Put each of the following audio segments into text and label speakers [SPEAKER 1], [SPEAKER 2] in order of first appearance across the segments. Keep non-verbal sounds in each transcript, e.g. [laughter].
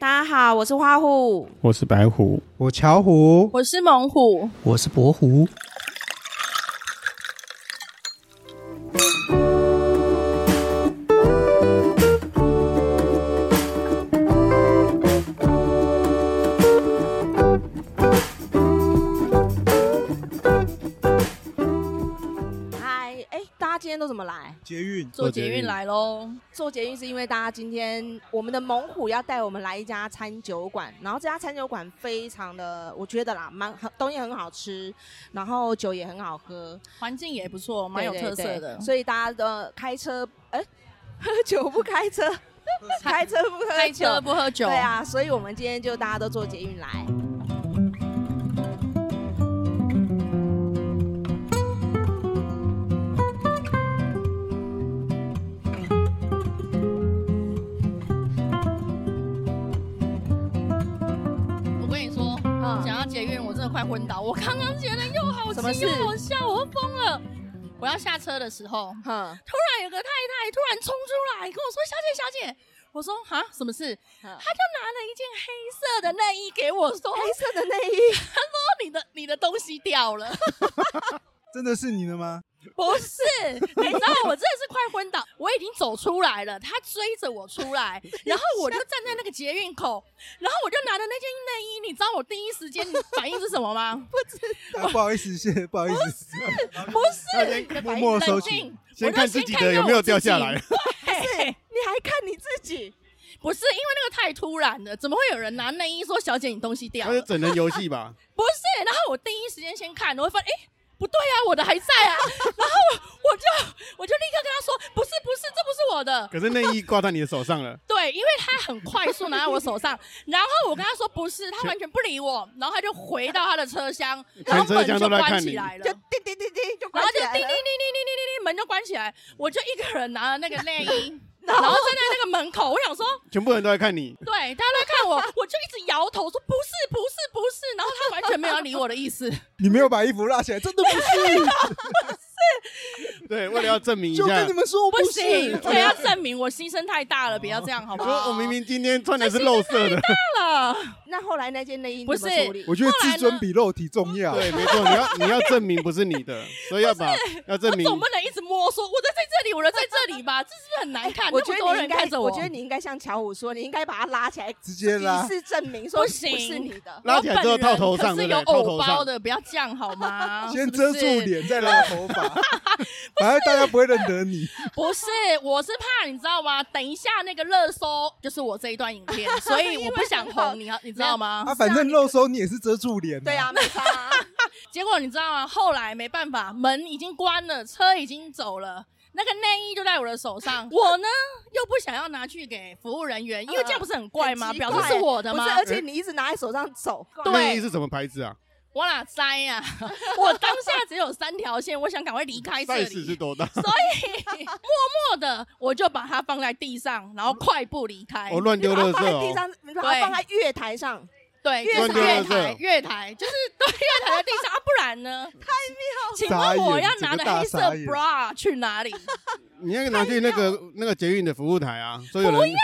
[SPEAKER 1] 大家好，我是花虎。
[SPEAKER 2] 我是白虎，
[SPEAKER 3] 我巧虎，
[SPEAKER 4] 我是猛虎，
[SPEAKER 5] 我是博虎。
[SPEAKER 1] 嗨，哎，大家今天都怎么来？
[SPEAKER 3] 捷运
[SPEAKER 4] 坐捷运来喽。
[SPEAKER 1] 做捷运是因为大家今天我们的猛虎要带我们来一家餐酒馆，然后这家餐酒馆非常的，我觉得啦，蛮很东西很好吃，然后酒也很好喝，
[SPEAKER 4] 环境也不错，蛮有
[SPEAKER 1] 对
[SPEAKER 4] 特
[SPEAKER 1] 对
[SPEAKER 4] 色
[SPEAKER 1] 对
[SPEAKER 4] 的。
[SPEAKER 1] 所以大家的开车，哎、喝 [laughs] 酒不开 [laughs] 车，开车不喝酒，
[SPEAKER 4] 开车不喝酒，
[SPEAKER 1] 对，啊，所以我们今天就大家都坐捷运来。
[SPEAKER 4] 我跟你说，
[SPEAKER 1] 嗯
[SPEAKER 4] 讲到捷运，我真的快昏倒。我刚刚觉得又好
[SPEAKER 1] 什么
[SPEAKER 4] 气
[SPEAKER 1] 事
[SPEAKER 4] 又好笑，我都疯了。我要下车的时候，
[SPEAKER 1] 哼，
[SPEAKER 4] 突然有个太太突然冲出来跟我说：“小姐，小姐。”我说：“哈，什么事？”她就拿
[SPEAKER 1] 嗯
[SPEAKER 4] 了一件黑色的内衣给我，说：“
[SPEAKER 1] 黑色的内衣 [laughs]
[SPEAKER 4] 你的你的东西掉了。”
[SPEAKER 3] 真的是你的吗？
[SPEAKER 4] 不
[SPEAKER 2] [laughs]
[SPEAKER 4] 是，你知道我真的是快昏倒，我已经走出来了，他追着我
[SPEAKER 2] [laughs]
[SPEAKER 4] 出来，然后我就站在那个捷运口，然后我就拿着那件内衣，你知道我第一时间反应是什么
[SPEAKER 2] [laughs]
[SPEAKER 4] 吗？
[SPEAKER 3] 啊不好意思，谢谢，不好意思，
[SPEAKER 4] 不
[SPEAKER 2] 大
[SPEAKER 4] 是，
[SPEAKER 2] 家
[SPEAKER 3] 默默收
[SPEAKER 4] 冷
[SPEAKER 3] 起，
[SPEAKER 4] 静，
[SPEAKER 2] 先看自己的有没有掉下
[SPEAKER 4] [laughs]
[SPEAKER 2] 来。
[SPEAKER 4] 嘿
[SPEAKER 1] 你还看你自己？
[SPEAKER 4] 不是因为那个太突然了，怎么会有人拿内衣说小姐你东西掉
[SPEAKER 2] 那是
[SPEAKER 4] 了？
[SPEAKER 2] 整人游戏吧？
[SPEAKER 4] 不是，然后我第一时间先看，我会发现，哎、不对啊，我的还在啊，然后我就我就立刻跟他说，不是不是，这不是我的，
[SPEAKER 2] 可是内衣挂在你的手上了，
[SPEAKER 4] 对，因为他很快速拿在我手上，然后我跟他说不是，他完全不理我，然后他就回到他的车厢，然
[SPEAKER 2] [laughs]
[SPEAKER 4] 后
[SPEAKER 2] 全车
[SPEAKER 4] 门
[SPEAKER 2] 厢
[SPEAKER 4] 就
[SPEAKER 2] 都在
[SPEAKER 4] 关
[SPEAKER 2] 看
[SPEAKER 4] 起
[SPEAKER 2] 你
[SPEAKER 4] 来
[SPEAKER 1] [laughs]
[SPEAKER 4] 了
[SPEAKER 1] 就。叮叮叮叮就
[SPEAKER 4] 然
[SPEAKER 1] 关
[SPEAKER 4] 后就
[SPEAKER 1] 起
[SPEAKER 4] 叮
[SPEAKER 1] 来
[SPEAKER 4] 叮叮叮叮
[SPEAKER 1] 了。
[SPEAKER 4] 叮叮，门就关起来，我就一个人拿了那个内 [laughs] 衣，然后站在那个门口，我想说，
[SPEAKER 2] 全部人都在看你。
[SPEAKER 4] 对，大家都在看 [laughs] 我，我就一直摇头说不是不是不是，然后他完全没有要理我的意 [laughs] 思，
[SPEAKER 3] 你没有把衣服拉起来，真的不是，
[SPEAKER 2] 对，为了要证明一
[SPEAKER 3] 就
[SPEAKER 2] 下
[SPEAKER 3] 跟你，们说我
[SPEAKER 4] 不
[SPEAKER 3] 是，
[SPEAKER 4] 行，我要证明我牺牲太大了，不要这样好不
[SPEAKER 2] 我
[SPEAKER 4] 好？
[SPEAKER 2] 说我明明今天穿的是露色的，
[SPEAKER 4] 大了，
[SPEAKER 1] 那后来那件内衣
[SPEAKER 4] 不
[SPEAKER 1] 你
[SPEAKER 4] 是
[SPEAKER 1] 怎么处理？
[SPEAKER 3] 我觉得自尊比肉体重要。
[SPEAKER 2] 对，没错，你要你要证明不是你的，所以要把要证
[SPEAKER 4] 我
[SPEAKER 2] 明
[SPEAKER 4] 总不能一直摸说我的在这里，我的在这里吧，这是不是很难看？
[SPEAKER 1] 我
[SPEAKER 4] 啊那
[SPEAKER 1] 觉
[SPEAKER 4] 么
[SPEAKER 1] 得
[SPEAKER 4] 多
[SPEAKER 1] 你
[SPEAKER 4] 人
[SPEAKER 1] 应该
[SPEAKER 4] 看，着
[SPEAKER 1] 我觉得你应该像巧虎说，你应该把它拉起来，
[SPEAKER 3] 直接拉
[SPEAKER 1] 以示证明说
[SPEAKER 4] 不行
[SPEAKER 1] 是你的。
[SPEAKER 2] 拉起来之后套头上，
[SPEAKER 4] 可
[SPEAKER 2] 对
[SPEAKER 4] 是
[SPEAKER 2] 不
[SPEAKER 4] 有
[SPEAKER 2] 对？套头
[SPEAKER 4] 偶包
[SPEAKER 2] 上，
[SPEAKER 4] 的，不要这样好
[SPEAKER 2] [laughs]
[SPEAKER 4] 吗？
[SPEAKER 3] 先
[SPEAKER 4] 是不
[SPEAKER 3] 遮住
[SPEAKER 4] 是，
[SPEAKER 3] 脸，再拉头发， [laughs] 反正大家不会认得你。
[SPEAKER 4] 不是，我是怕你知道吗？等一下那个热搜就是我这一段影片，所以我不想
[SPEAKER 2] [laughs]
[SPEAKER 4] 红，你你知道吗？
[SPEAKER 3] 啊，反正露手你也是遮住脸。
[SPEAKER 1] 对，啊，没差
[SPEAKER 4] [laughs]
[SPEAKER 1] 啊。
[SPEAKER 4] 结果你知道吗？后来没办法，门已经关了，车已经走了。那个内衣就在我的手
[SPEAKER 2] [laughs]
[SPEAKER 4] 上，我呢又不想要拿去给服务人员，
[SPEAKER 2] 啊
[SPEAKER 4] 因为这样不是很怪吗？
[SPEAKER 1] 很奇怪
[SPEAKER 4] 表示是我的
[SPEAKER 1] 不
[SPEAKER 4] 吗
[SPEAKER 1] 是，？而且你一直拿在手上走，
[SPEAKER 2] 内衣是什么牌子啊
[SPEAKER 4] 我哪摘呀、 [laughs] 我当下只有三条线，我想赶快离开这
[SPEAKER 2] [laughs] ？size 是
[SPEAKER 4] 里，
[SPEAKER 2] 多大？
[SPEAKER 4] 所以默默的我就把它放在地上，然后快步离开。
[SPEAKER 2] 我哦乱丢
[SPEAKER 1] 你把它
[SPEAKER 2] 垃
[SPEAKER 1] 放在
[SPEAKER 2] 圾
[SPEAKER 1] 地
[SPEAKER 2] 哦，
[SPEAKER 1] 上，你把它放在月台上，
[SPEAKER 4] 对，
[SPEAKER 1] 越
[SPEAKER 4] 就是
[SPEAKER 2] 丢
[SPEAKER 4] 月
[SPEAKER 2] 垃圾
[SPEAKER 4] 台，月台就是对月台的地上，啊、不然
[SPEAKER 1] [laughs]
[SPEAKER 4] 呢？太妙
[SPEAKER 3] 傻
[SPEAKER 4] 请
[SPEAKER 3] 眼
[SPEAKER 4] 问我要拿
[SPEAKER 3] 整个
[SPEAKER 4] 的
[SPEAKER 3] 大
[SPEAKER 4] 黑色
[SPEAKER 3] 傻眼
[SPEAKER 4] bra 去哪里？ [laughs] 那
[SPEAKER 2] 你要拿去那个那个捷运的服务台啊，所有人。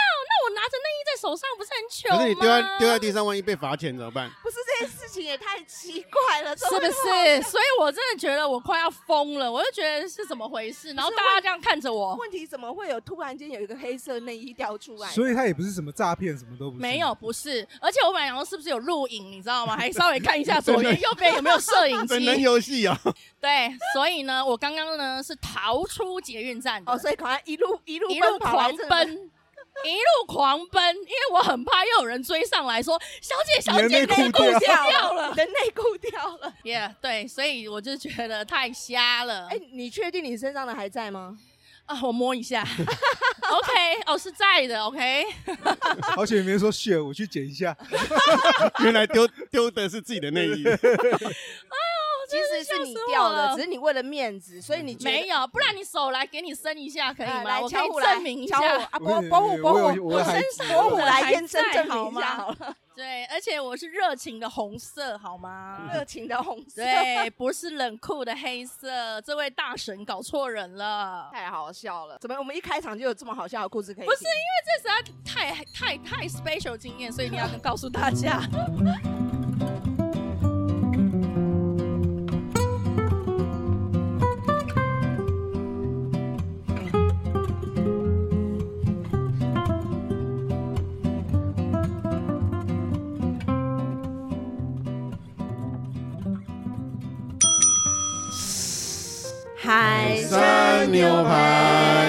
[SPEAKER 4] 我拿着内衣在手上不是很糗
[SPEAKER 2] 可
[SPEAKER 4] 吗？
[SPEAKER 2] 是你丢在丢在地上，万一被罚钱怎么办？
[SPEAKER 1] 不是这件事情也太奇怪了，
[SPEAKER 4] 是不是？所以我真的觉得我快要疯了，我就觉得是怎么回事，然后
[SPEAKER 1] 不是
[SPEAKER 4] 大家这样看着
[SPEAKER 1] 这
[SPEAKER 4] 我
[SPEAKER 1] 么？，问题怎么会有突然间有一个黑色内衣掉出来？
[SPEAKER 3] 所以他也不是什么诈骗，什么都不是。
[SPEAKER 4] 啊没有，不是，而且我本来想说是不是有录影，你知道吗？还稍微看一下左边右边有没有摄影
[SPEAKER 2] 整人
[SPEAKER 4] 机。
[SPEAKER 2] 游戏啊， [laughs]
[SPEAKER 4] 对，所以呢，我刚刚呢是逃出捷运站的
[SPEAKER 1] 哦，所以赶快一路一路
[SPEAKER 4] 一路
[SPEAKER 1] 奔跑来
[SPEAKER 4] 狂
[SPEAKER 1] 这里，
[SPEAKER 4] 奔。一路狂奔，因为我很怕又有人追上来说：“小姐，小姐，
[SPEAKER 3] 你的内
[SPEAKER 4] 内
[SPEAKER 3] 裤
[SPEAKER 4] 裤
[SPEAKER 1] 掉
[SPEAKER 4] 掉
[SPEAKER 1] 了，
[SPEAKER 4] 了
[SPEAKER 1] 你。的内裤掉了。”
[SPEAKER 4] [laughs] yeah, 对，所以我就觉得太瞎了。
[SPEAKER 1] 哎，你确定你身上的还在吗？
[SPEAKER 4] 啊，我摸一 [laughs] 下，OK，哦，是在的，OK。
[SPEAKER 3] 好险没说血， [laughs] 我去捡一下。
[SPEAKER 2] 原来丢丢的是自己的内衣。
[SPEAKER 4] 我
[SPEAKER 1] 其实是你
[SPEAKER 4] 笑死我
[SPEAKER 1] 掉的，
[SPEAKER 4] 了
[SPEAKER 1] 只是你为了面子，所以你觉得
[SPEAKER 4] 没有，不然你手来给你伸一下可以
[SPEAKER 1] 呃
[SPEAKER 4] 吗？
[SPEAKER 1] 来
[SPEAKER 4] 我可
[SPEAKER 1] 巧
[SPEAKER 4] 以
[SPEAKER 1] 虎来
[SPEAKER 4] 证明一
[SPEAKER 1] 巧
[SPEAKER 4] 下
[SPEAKER 1] 虎。啊，
[SPEAKER 3] 我
[SPEAKER 1] 伯
[SPEAKER 3] 以为
[SPEAKER 1] 伯虎伯
[SPEAKER 3] 我以为
[SPEAKER 1] 虎，
[SPEAKER 3] 我
[SPEAKER 1] 我
[SPEAKER 3] 还
[SPEAKER 1] 身
[SPEAKER 3] 记
[SPEAKER 1] 上
[SPEAKER 3] 得
[SPEAKER 1] 伯虎
[SPEAKER 4] 我
[SPEAKER 1] 来
[SPEAKER 4] 还
[SPEAKER 1] 验证
[SPEAKER 4] 在
[SPEAKER 1] 证
[SPEAKER 4] 好
[SPEAKER 1] 明一下
[SPEAKER 4] 吗
[SPEAKER 1] 好了，
[SPEAKER 4] 对，而且我是热情的红色，好吗？ [laughs]
[SPEAKER 1] 热情的红色，
[SPEAKER 4] 对，不是冷酷的黑色。这位大神搞错人了，
[SPEAKER 1] 太好笑了！怎么我们一开场就有这么好笑的故事可以听？
[SPEAKER 4] 不是这实在太太太 special 经验，所以一定要告诉大家。
[SPEAKER 1] 海
[SPEAKER 2] 山牛排，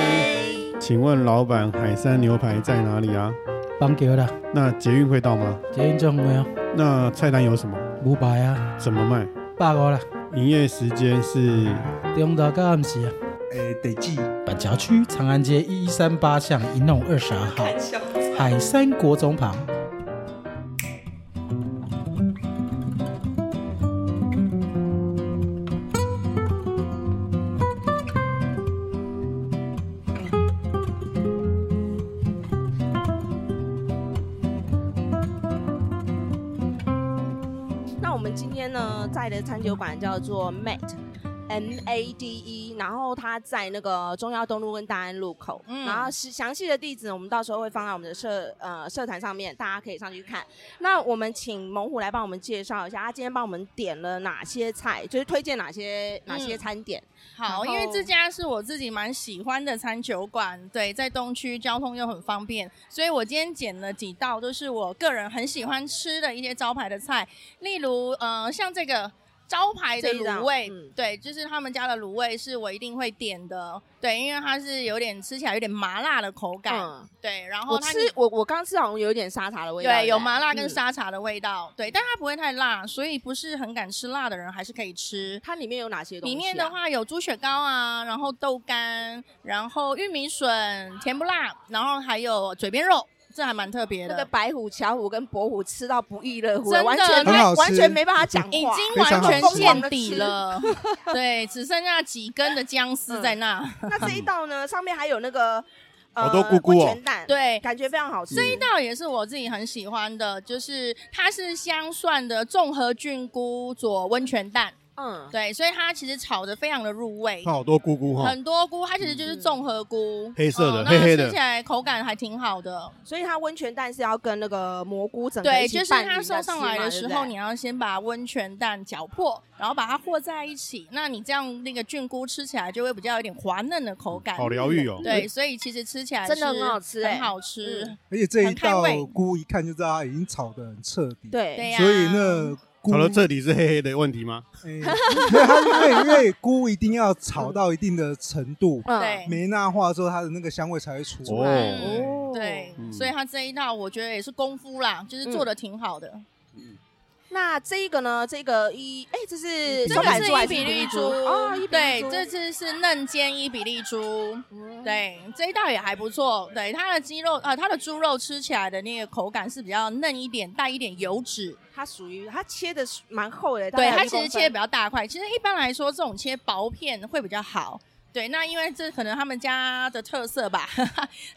[SPEAKER 2] 请问老板，海山牛排在哪里啊？
[SPEAKER 5] 板桥啦，
[SPEAKER 2] 那捷运会到吗？
[SPEAKER 5] 捷运总会啊，
[SPEAKER 2] 那菜单有什么？
[SPEAKER 5] 五百啊，
[SPEAKER 2] 怎么卖？
[SPEAKER 5] 百五啦，
[SPEAKER 2] 营业时间是
[SPEAKER 5] 中昼到暗时啊。
[SPEAKER 3] 诶，哎得记
[SPEAKER 5] 板桥区长安街一一三八巷一弄二十二号，海山国中旁。
[SPEAKER 1] 那我们今天呢，在的餐酒馆叫做 Made。M A D E，然后它在那个中央东路跟大安路口，
[SPEAKER 4] 嗯
[SPEAKER 1] 然后是详细的地址，我们到时候会放在我们的社呃社团上面，大家可以上去看。那我们请猛虎来帮我们介绍一下，啊他今天帮我们点了哪些菜，就是推荐哪些哪
[SPEAKER 4] 嗯
[SPEAKER 1] 些餐点。
[SPEAKER 4] [laughs] 好，因
[SPEAKER 1] 然后
[SPEAKER 4] 为这家是我自己蛮喜欢的餐酒馆，对，在东区交通又很方便，所以我今天捡了几道，就是我个人很喜欢吃的一些招牌的菜，例如呃，像这个招牌的
[SPEAKER 1] 这一道
[SPEAKER 4] 卤味，
[SPEAKER 1] 嗯
[SPEAKER 4] 对，就是他们家的卤味是我一定会点的，对，因为它是有点吃起来有点麻辣的口感，
[SPEAKER 1] 嗯，
[SPEAKER 4] 对，然后
[SPEAKER 1] 我
[SPEAKER 4] 它
[SPEAKER 1] 吃我我刚吃好像有一点沙茶的味道，
[SPEAKER 4] 对，有
[SPEAKER 1] 不
[SPEAKER 4] 麻辣跟
[SPEAKER 1] 嗯
[SPEAKER 4] 沙茶的味道，对，但它不会太辣，所以不是很敢吃辣的人还是可以吃。
[SPEAKER 1] 它里面有哪些东西、啊
[SPEAKER 4] 里面的，话有猪血糕啊，然后豆干，然后玉米笋，甜不辣，然后还有嘴边肉，这还蛮特别
[SPEAKER 1] 那
[SPEAKER 4] 的。
[SPEAKER 1] 个白虎、巧虎跟博虎吃到不亦乐乎，
[SPEAKER 4] 真的
[SPEAKER 1] 完全
[SPEAKER 4] 很
[SPEAKER 3] 好吃
[SPEAKER 1] 完全没办法讲话，
[SPEAKER 4] 已经
[SPEAKER 3] 非
[SPEAKER 4] 完
[SPEAKER 3] 常好
[SPEAKER 4] 全
[SPEAKER 3] 吃
[SPEAKER 4] 见底了，对，只剩下几根的姜丝在那。
[SPEAKER 1] [laughs] 那这一道呢，上面还有那个呃
[SPEAKER 2] 好多菇菇哦
[SPEAKER 1] 温泉蛋，，
[SPEAKER 4] 对，
[SPEAKER 1] 感觉非常好吃。
[SPEAKER 4] 这一道也是我自己很喜欢的，就是它是香蒜的综合菌菇佐温泉蛋，
[SPEAKER 1] 嗯，
[SPEAKER 4] 对，所以它其实炒的非常的入味。
[SPEAKER 2] 好多菇菇哈，
[SPEAKER 4] 很多菇，它其实就是综合菇，
[SPEAKER 2] 哦黑色的
[SPEAKER 4] 嗯那
[SPEAKER 2] 黑黑的
[SPEAKER 4] 吃起来口感还挺好的。
[SPEAKER 1] 所以它温泉蛋是要跟那个蘑菇整个
[SPEAKER 4] 对，
[SPEAKER 1] 一起
[SPEAKER 4] 就是
[SPEAKER 1] 拌
[SPEAKER 4] 它
[SPEAKER 1] 匀
[SPEAKER 4] 送
[SPEAKER 1] 着
[SPEAKER 4] 上
[SPEAKER 1] 吃
[SPEAKER 4] 来
[SPEAKER 1] 嘛
[SPEAKER 4] 的
[SPEAKER 1] 对
[SPEAKER 4] 时
[SPEAKER 1] 不
[SPEAKER 4] 候，
[SPEAKER 1] 对
[SPEAKER 4] 你要先把温泉蛋搅破，然后把它和在一起。那你这样那个菌菇吃起来就会比较有点滑嫩的口感，
[SPEAKER 2] 好疗愈哦。
[SPEAKER 4] 对，所以其实吃起来
[SPEAKER 1] 真的
[SPEAKER 4] 是
[SPEAKER 1] 很好吃欸
[SPEAKER 4] 很好吃。
[SPEAKER 1] 嗯
[SPEAKER 3] 而且这一
[SPEAKER 4] 很开
[SPEAKER 3] 道
[SPEAKER 4] 胃
[SPEAKER 3] 菇一看就知道它已经炒的很彻底，，
[SPEAKER 4] 对
[SPEAKER 1] 对
[SPEAKER 4] 呀、
[SPEAKER 3] 所以那菇
[SPEAKER 2] 炒到这里是黑黑的问题吗？
[SPEAKER 3] 诶没有 [laughs] 它因为因为菇一定要炒到一定的程度，
[SPEAKER 1] 嗯
[SPEAKER 4] 对
[SPEAKER 3] 没那化之后它的那个香味才会出来。
[SPEAKER 1] 哦
[SPEAKER 2] 哦，
[SPEAKER 4] 对，
[SPEAKER 2] 嗯
[SPEAKER 4] 所以它这一道我觉得也是功夫啦，
[SPEAKER 1] 嗯
[SPEAKER 4] 就是做的挺好的。
[SPEAKER 1] 那这个呢？这个一哎，这是
[SPEAKER 4] 这
[SPEAKER 1] 松
[SPEAKER 4] 个
[SPEAKER 1] 板
[SPEAKER 4] 是
[SPEAKER 1] 猪还
[SPEAKER 4] 伊比利
[SPEAKER 1] 绿
[SPEAKER 4] 猪，
[SPEAKER 1] 哦，伊比利
[SPEAKER 4] 对，
[SPEAKER 1] 猪
[SPEAKER 4] 这次是嫩煎伊比利猪。
[SPEAKER 1] 嗯
[SPEAKER 4] 对，这一道也还不错。对，它的鸡肉呃，它的猪肉吃起来的那个口感是比较嫩一点，带一点油脂。
[SPEAKER 1] 它属于它切的蛮厚的，大
[SPEAKER 4] 对，
[SPEAKER 1] 概
[SPEAKER 4] 它
[SPEAKER 1] 有一
[SPEAKER 4] 其实
[SPEAKER 1] 公分
[SPEAKER 4] 切得比较大块。其实一般来说，这种切薄片会比较好。对，那因为这可能他们家的特色吧，